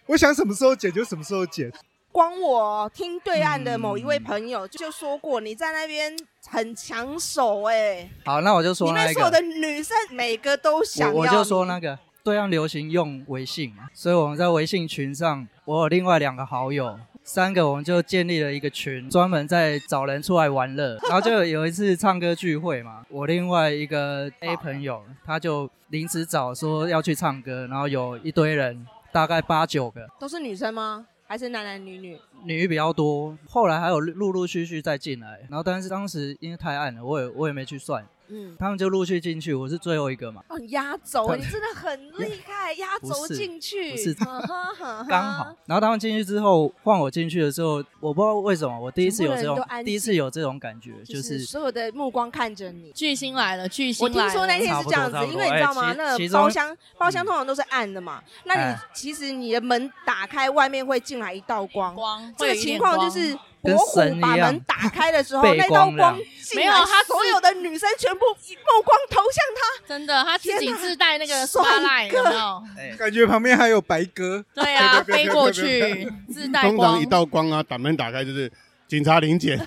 [SPEAKER 3] 我想什么时候剪就什么时候剪，
[SPEAKER 1] 光我听对岸的某一
[SPEAKER 6] 嗯
[SPEAKER 1] 位朋友就说过，你在那边很抢手哎、
[SPEAKER 6] 好，那我就
[SPEAKER 1] 里
[SPEAKER 6] 说那
[SPEAKER 1] 面所有的
[SPEAKER 6] 个，
[SPEAKER 1] 女生每个都想要
[SPEAKER 6] 我我就说那个对岸流行用微信嘛，所以我们在微信群上，我有另外两个好友。三个我们就建立了一个群，专门在找人出来玩乐。然后就有有一次唱歌聚会嘛，我另外一个 A 朋友他就临时找说要去唱歌，然后有一堆人，大概八九个，
[SPEAKER 1] 都是女生吗？还是男男女女？
[SPEAKER 6] 女比较多，后来还有陆陆续续再进来，然后但是当时因为太暗了，我也我也没去算，
[SPEAKER 1] 嗯，
[SPEAKER 6] 他们就陆续进去，我是最后一个嘛，
[SPEAKER 1] 哦，你压轴，
[SPEAKER 6] 他
[SPEAKER 1] 你真的
[SPEAKER 6] [laughs]
[SPEAKER 1] 很厉害，压轴
[SPEAKER 6] 不是
[SPEAKER 1] 进去，嗯
[SPEAKER 6] 不是
[SPEAKER 1] 呵呵呵呵
[SPEAKER 6] 刚好。然后他们进去之后，换我进去的时候，我不知道为什么，我第一次有这
[SPEAKER 1] 全部人都
[SPEAKER 6] 种
[SPEAKER 1] 安静
[SPEAKER 6] 第一次有这种感觉，
[SPEAKER 1] 就
[SPEAKER 6] 就是是
[SPEAKER 1] 所有的目光看着你。
[SPEAKER 4] 巨星来了，巨星
[SPEAKER 1] 我
[SPEAKER 4] 来了。
[SPEAKER 1] 听说那天是这样子
[SPEAKER 6] 哦差不多差不，多
[SPEAKER 1] 因为你知道吗？
[SPEAKER 6] 哎其
[SPEAKER 1] 那
[SPEAKER 6] 其
[SPEAKER 1] 个
[SPEAKER 6] 中嗯
[SPEAKER 1] 包厢包厢通常都是暗的嘛，那你
[SPEAKER 6] 哎
[SPEAKER 1] 其实你的门打开，外面会进来一道光。
[SPEAKER 4] 光，
[SPEAKER 1] 这
[SPEAKER 4] 会
[SPEAKER 1] 个
[SPEAKER 4] 有一
[SPEAKER 1] 情
[SPEAKER 4] 点
[SPEAKER 1] 况就
[SPEAKER 4] 光
[SPEAKER 1] 是
[SPEAKER 6] 跟
[SPEAKER 1] 伯虎
[SPEAKER 6] 神一
[SPEAKER 1] 把
[SPEAKER 6] 样
[SPEAKER 1] 门打开
[SPEAKER 6] [laughs]
[SPEAKER 1] 的时候，
[SPEAKER 6] 背
[SPEAKER 1] 那道
[SPEAKER 6] 光亮
[SPEAKER 1] 光进
[SPEAKER 4] 没有
[SPEAKER 6] 啊
[SPEAKER 1] 来
[SPEAKER 4] 他
[SPEAKER 1] 所有的女生全部一目光投向他。
[SPEAKER 4] 真的，他自己
[SPEAKER 1] 天哪
[SPEAKER 4] 自带那个
[SPEAKER 1] 帅
[SPEAKER 4] spotlight 有没有？
[SPEAKER 6] 哎、
[SPEAKER 3] 感觉旁边还有白鸽。
[SPEAKER 4] 对啊，
[SPEAKER 3] 别别别
[SPEAKER 4] 飞过去自带
[SPEAKER 7] 通常
[SPEAKER 4] 光
[SPEAKER 7] 一。道光啊，把门打开就是警察临
[SPEAKER 1] [laughs]
[SPEAKER 7] 检，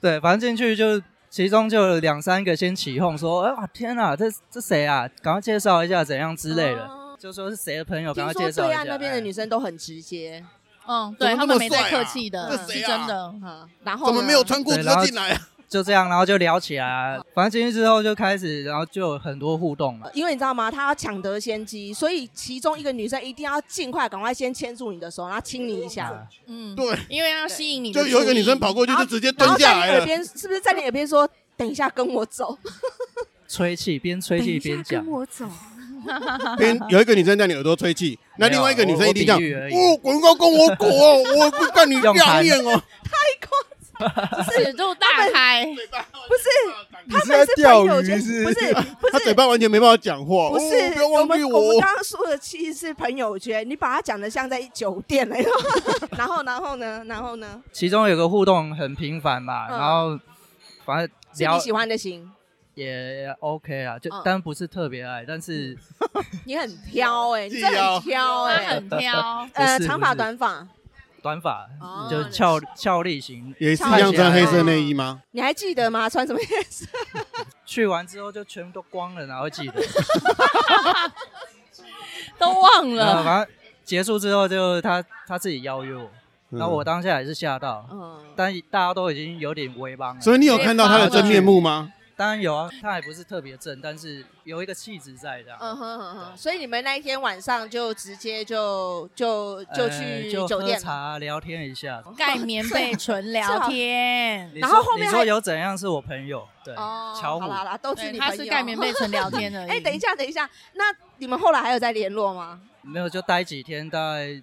[SPEAKER 6] 对，反正进去就其中就有两三个先起哄说，哎、啊天哪，这这谁啊？赶快介绍一下怎样之类的，
[SPEAKER 1] 哦
[SPEAKER 6] 就说是谁的朋友，赶
[SPEAKER 1] 听
[SPEAKER 6] 快
[SPEAKER 1] 说
[SPEAKER 6] 介绍
[SPEAKER 1] 对
[SPEAKER 6] 一下。
[SPEAKER 1] 岸那边的
[SPEAKER 6] 哎
[SPEAKER 1] 女生都很直接，
[SPEAKER 4] 嗯，
[SPEAKER 7] 怎么
[SPEAKER 4] 对
[SPEAKER 7] 那
[SPEAKER 4] 他们
[SPEAKER 7] 么
[SPEAKER 4] 没在
[SPEAKER 7] 帅啊
[SPEAKER 4] 客气
[SPEAKER 7] 这
[SPEAKER 4] 的，是
[SPEAKER 7] 谁啊
[SPEAKER 4] 真的。
[SPEAKER 1] 嗯，然后
[SPEAKER 7] 怎么
[SPEAKER 1] 呢
[SPEAKER 7] 没有？穿裤子
[SPEAKER 6] 对然
[SPEAKER 7] 就
[SPEAKER 6] 后
[SPEAKER 7] 进来啊？
[SPEAKER 6] 就这样，然后就聊起来啊。反正进去之后就开始，然后就有很多互动嘛。
[SPEAKER 1] 因为你知道吗？他要抢得先机，所以其中一个女生一定要尽快赶快先牵住你的手，然后亲你一下。
[SPEAKER 4] 嗯，
[SPEAKER 7] 对，
[SPEAKER 4] 因为要吸引你的
[SPEAKER 7] 就
[SPEAKER 4] 注意，
[SPEAKER 7] 有一个女生跑过去就直接
[SPEAKER 1] 啊然
[SPEAKER 7] 蹲
[SPEAKER 1] 后
[SPEAKER 7] 下
[SPEAKER 1] 在你
[SPEAKER 7] 来
[SPEAKER 1] 耳
[SPEAKER 7] 了。
[SPEAKER 1] 边，是不是在你耳边说：“等一下，跟我走，
[SPEAKER 6] 吹气，边吹气边讲，
[SPEAKER 1] 我走。
[SPEAKER 7] 边有一个女生在你耳朵吹气，那另外一个女生一定这样
[SPEAKER 6] 没有我我比喻而已
[SPEAKER 7] 哦，广告跟我果哦，我不干你
[SPEAKER 6] 用
[SPEAKER 7] 下
[SPEAKER 6] 盘
[SPEAKER 7] 面哦。
[SPEAKER 4] [laughs] 尺度大 [laughs] 开，
[SPEAKER 1] 不是，他
[SPEAKER 3] 你是在
[SPEAKER 1] 们是
[SPEAKER 3] 钓
[SPEAKER 1] 朋友
[SPEAKER 3] 鱼
[SPEAKER 1] 圈，
[SPEAKER 3] 是
[SPEAKER 1] 不是不
[SPEAKER 7] 她
[SPEAKER 1] 是
[SPEAKER 7] 嘴巴完全没办法讲话，
[SPEAKER 1] 不是
[SPEAKER 7] 哦，不要
[SPEAKER 1] 我
[SPEAKER 7] 忘
[SPEAKER 1] 们
[SPEAKER 7] 记
[SPEAKER 1] 我们
[SPEAKER 7] 我。
[SPEAKER 1] 刚刚说的其实是朋友圈，你把它讲的像在酒店了。然后然后呢，然后呢，
[SPEAKER 6] 其中有个互动很频繁嘛，
[SPEAKER 1] 嗯
[SPEAKER 6] 然后反正
[SPEAKER 1] 是
[SPEAKER 6] 聊
[SPEAKER 1] 你喜欢的型，
[SPEAKER 6] 也 OK 啊，就
[SPEAKER 1] 嗯
[SPEAKER 6] 但不是特别爱，但是
[SPEAKER 1] 你很挑哎，你真的很挑
[SPEAKER 4] 他
[SPEAKER 1] 哎。
[SPEAKER 4] 很挑，
[SPEAKER 1] 呃，
[SPEAKER 6] 不是
[SPEAKER 1] 长发
[SPEAKER 6] 不是
[SPEAKER 1] 短发，
[SPEAKER 6] 短发
[SPEAKER 1] 哦
[SPEAKER 6] 就俏俏丽型。
[SPEAKER 7] 也是一样穿黑色内衣吗？
[SPEAKER 1] 你还记得吗？穿什么颜色？
[SPEAKER 6] 去完之后就全部都光了，然后
[SPEAKER 1] [laughs]
[SPEAKER 6] 记得，
[SPEAKER 4] [laughs] 都忘
[SPEAKER 1] 啊
[SPEAKER 6] 然后
[SPEAKER 4] 了。
[SPEAKER 6] 反正结束之后就他他自己邀约我，
[SPEAKER 7] 嗯
[SPEAKER 6] 然后我当下也是吓到，
[SPEAKER 1] 嗯，
[SPEAKER 6] 但大家都已经有点微
[SPEAKER 1] 啊
[SPEAKER 6] 帮了。
[SPEAKER 7] 所以你有看到她的真面目吗？
[SPEAKER 6] 当然有啊，他也不是特别正，但是有一个气质在这样。
[SPEAKER 1] 嗯哼哼哼，所以你们那一天晚上就直接就就就去
[SPEAKER 6] 呃就
[SPEAKER 1] 酒店
[SPEAKER 6] 喝
[SPEAKER 1] 了
[SPEAKER 6] 茶聊天一下。
[SPEAKER 4] [laughs] 盖棉被纯聊天，
[SPEAKER 6] 你
[SPEAKER 1] 然
[SPEAKER 6] 说
[SPEAKER 1] 后后面
[SPEAKER 6] 你说
[SPEAKER 1] 还
[SPEAKER 6] 有怎样是我朋友，对，
[SPEAKER 1] 哦，
[SPEAKER 6] 巧
[SPEAKER 1] 好
[SPEAKER 6] 虎
[SPEAKER 1] 啦好啦，都是
[SPEAKER 4] [laughs] 对，
[SPEAKER 1] 你
[SPEAKER 4] 他
[SPEAKER 1] 朋
[SPEAKER 4] 是
[SPEAKER 1] 友
[SPEAKER 4] 盖棉被纯聊天而 [laughs] 已。
[SPEAKER 1] 哎、等一，下，等一下，那你们后来还有在联络吗？
[SPEAKER 6] 没有就待几天，大概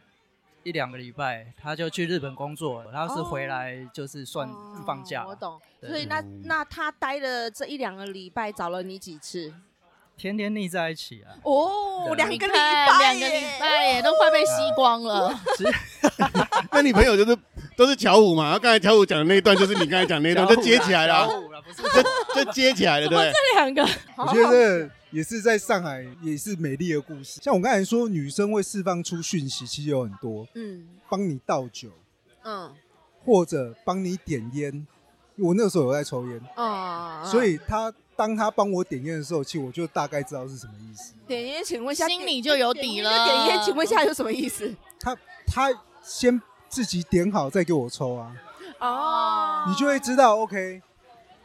[SPEAKER 6] 一两个礼拜，他就去日本工作了，他是
[SPEAKER 1] 哦
[SPEAKER 6] 回来就是算放假，
[SPEAKER 1] 哦我懂。
[SPEAKER 6] 对
[SPEAKER 1] 所以那那他待了这一两个礼拜，找了你几次？。
[SPEAKER 6] 天天腻在一起啊
[SPEAKER 7] [laughs]
[SPEAKER 1] 哦
[SPEAKER 6] 对
[SPEAKER 1] 两
[SPEAKER 4] 你
[SPEAKER 1] 个
[SPEAKER 4] 看
[SPEAKER 1] 礼拜
[SPEAKER 4] 两个
[SPEAKER 1] 耶，
[SPEAKER 4] 礼拜耶，都快被吸光了。
[SPEAKER 6] 其实
[SPEAKER 7] [laughs] 那你朋友就是都是巧虎嘛？然后刚才巧虎讲的那一段就是你
[SPEAKER 3] [laughs]
[SPEAKER 7] 刚才讲的那一段，就接起来了
[SPEAKER 6] 啦
[SPEAKER 7] 啊，
[SPEAKER 6] 巧虎啦不是
[SPEAKER 7] 就就接起来了，对不对。
[SPEAKER 4] 这两个
[SPEAKER 1] 好
[SPEAKER 3] 我
[SPEAKER 1] 好
[SPEAKER 3] 觉得也是在上海，也是美丽的故事。像我刚才说，女生会释放出讯息，其实有很多，
[SPEAKER 1] 嗯
[SPEAKER 3] 帮你倒酒，
[SPEAKER 1] 嗯
[SPEAKER 3] 或者帮你点烟。我那时候有在抽烟，
[SPEAKER 1] 哦
[SPEAKER 3] 所以他当他帮我点烟的时候，其实我就大概知道是什么意思。
[SPEAKER 1] 点烟，请问一下，
[SPEAKER 4] [laughs] 心里就有底了。
[SPEAKER 1] 点烟，请问一下有什么意思？
[SPEAKER 3] 他先自己点好再给我抽啊，
[SPEAKER 1] 哦
[SPEAKER 3] 你就会知道 OK，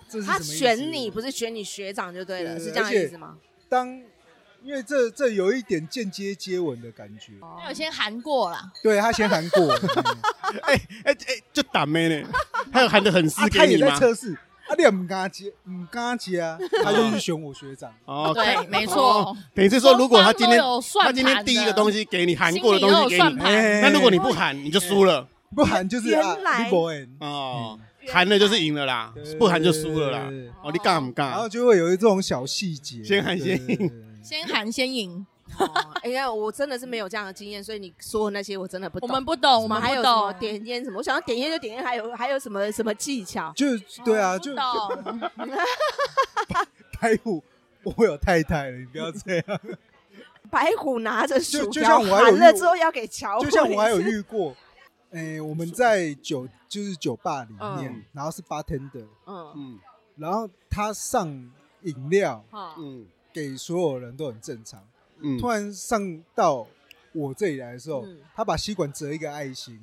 [SPEAKER 3] 这是什
[SPEAKER 1] 他
[SPEAKER 3] 么意思
[SPEAKER 1] 选你，不是选你学长就对了，
[SPEAKER 3] 对
[SPEAKER 1] 是这样的意思吗？
[SPEAKER 3] 当，因为这这有一点间接接吻的感觉。
[SPEAKER 1] 哦
[SPEAKER 4] 那有先含过啦，
[SPEAKER 3] 对他先含过，嗯
[SPEAKER 7] 哎哎哎，就打妹呢，他有含的很
[SPEAKER 3] 啊
[SPEAKER 7] 湿
[SPEAKER 3] 他
[SPEAKER 7] 给
[SPEAKER 3] 也
[SPEAKER 7] 你
[SPEAKER 3] 在
[SPEAKER 7] 吗？
[SPEAKER 3] 测试，啊，你也不敢接，不敢接啊，他就去选我学长。
[SPEAKER 7] 哦
[SPEAKER 4] 对，没错。
[SPEAKER 7] 等于是说，如果他今天
[SPEAKER 4] 双方都有算
[SPEAKER 7] 他
[SPEAKER 4] 盘
[SPEAKER 7] 今
[SPEAKER 4] 的
[SPEAKER 7] 天第一个东西给你含过的东西给
[SPEAKER 4] 心里都有算
[SPEAKER 7] 你，
[SPEAKER 4] 盘
[SPEAKER 3] 哎
[SPEAKER 7] 那如果你不含，你就输了
[SPEAKER 3] 不含就是啊
[SPEAKER 1] 原来
[SPEAKER 3] 你不含嗯
[SPEAKER 7] 哦，含了就是赢了啦，
[SPEAKER 3] 哎
[SPEAKER 7] 不含就输了啦。
[SPEAKER 3] 对
[SPEAKER 7] 哦，你尬不
[SPEAKER 2] 啊
[SPEAKER 3] 然后
[SPEAKER 7] 尬？
[SPEAKER 3] 就会有一种小细节，
[SPEAKER 7] 先含先
[SPEAKER 3] 对。对对
[SPEAKER 4] [laughs] 先含先赢。
[SPEAKER 1] 哦哎呀，我真的是没有这样的经验，所以你说的那些我真的不
[SPEAKER 4] 我
[SPEAKER 1] 懂。
[SPEAKER 4] 们不懂，我
[SPEAKER 1] 我们
[SPEAKER 4] 们
[SPEAKER 1] 还有
[SPEAKER 4] 不
[SPEAKER 1] 什么
[SPEAKER 4] 懂，啊
[SPEAKER 1] 点烟什么？我想要点烟就点烟，还有还有什么什么技巧？
[SPEAKER 3] 就对啊，就
[SPEAKER 4] 不哦懂。
[SPEAKER 3] 白虎，我有太太了，你不要这
[SPEAKER 7] [laughs]
[SPEAKER 3] 样。
[SPEAKER 1] 白虎拿着薯
[SPEAKER 3] 就就
[SPEAKER 1] 条
[SPEAKER 3] 像我还有
[SPEAKER 1] 含了
[SPEAKER 3] 遇
[SPEAKER 1] 之后要给乔，
[SPEAKER 3] 就像我还有遇
[SPEAKER 7] 哦
[SPEAKER 3] 过，诶、我们在酒就是酒吧里面，
[SPEAKER 7] 嗯
[SPEAKER 3] 然后是 bartender，
[SPEAKER 1] 嗯
[SPEAKER 7] 嗯
[SPEAKER 3] 然后他上饮料
[SPEAKER 1] 好
[SPEAKER 7] 嗯
[SPEAKER 3] 给所有人都很正常，
[SPEAKER 7] 嗯
[SPEAKER 3] 突，然上到我这里来的时候，
[SPEAKER 1] 嗯
[SPEAKER 3] 他把吸管折一个爱心，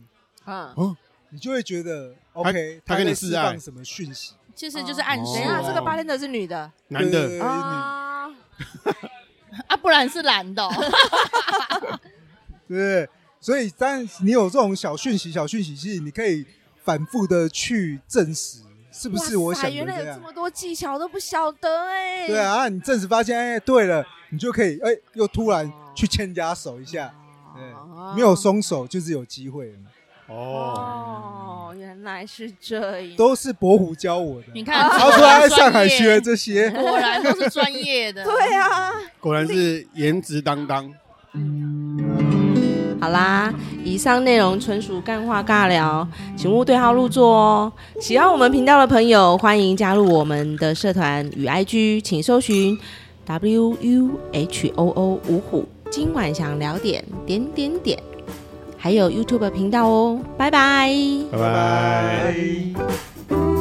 [SPEAKER 3] 哦
[SPEAKER 1] 嗯，
[SPEAKER 3] 你就会觉得 OK，
[SPEAKER 7] 他跟你
[SPEAKER 3] 在
[SPEAKER 7] 示
[SPEAKER 3] 释
[SPEAKER 7] 爱
[SPEAKER 3] 放什么讯息？
[SPEAKER 4] 其实就是暗
[SPEAKER 7] 哦
[SPEAKER 1] 等
[SPEAKER 4] 示
[SPEAKER 1] 一
[SPEAKER 4] 啊
[SPEAKER 1] 下，这个八天的是女的
[SPEAKER 7] 男
[SPEAKER 3] 对
[SPEAKER 7] 的，
[SPEAKER 1] 啊，
[SPEAKER 4] 啊，不然是懒的哦。
[SPEAKER 3] 对对对，所以但你有这种小讯息、小讯息，其实你可以反复的去证实是不是我
[SPEAKER 1] 哇塞
[SPEAKER 3] 想
[SPEAKER 1] 原
[SPEAKER 3] 的
[SPEAKER 1] 来有
[SPEAKER 3] 这
[SPEAKER 1] 这
[SPEAKER 3] 样。
[SPEAKER 1] 么多技巧都不晓得哎。
[SPEAKER 3] 对啊，你证实发现，哎，对了，你就可以，哎，又突然去牵人家手一下，
[SPEAKER 1] 哦，
[SPEAKER 3] 没有松手就是有机会了嘛，
[SPEAKER 7] 哦，
[SPEAKER 1] 哦，原来是这样。
[SPEAKER 3] 都是博虎教我的。
[SPEAKER 4] 哦你
[SPEAKER 3] 然
[SPEAKER 4] 看，
[SPEAKER 3] 后说他在啊上海
[SPEAKER 4] [laughs] 专业
[SPEAKER 3] 学的这些，
[SPEAKER 4] 果然都是专业的。
[SPEAKER 1] 对啊。
[SPEAKER 7] 果然是颜值担当。
[SPEAKER 1] 好啦，以上内容纯属干话尬聊，请勿对号入座哦。喜欢我们频道的朋友，欢迎加入我们的社团与 IG，请搜寻 W U H O O 五虎。今晚想聊点点点点，还有 YouTube 频道哦，拜拜。
[SPEAKER 2] 拜拜。
[SPEAKER 3] 拜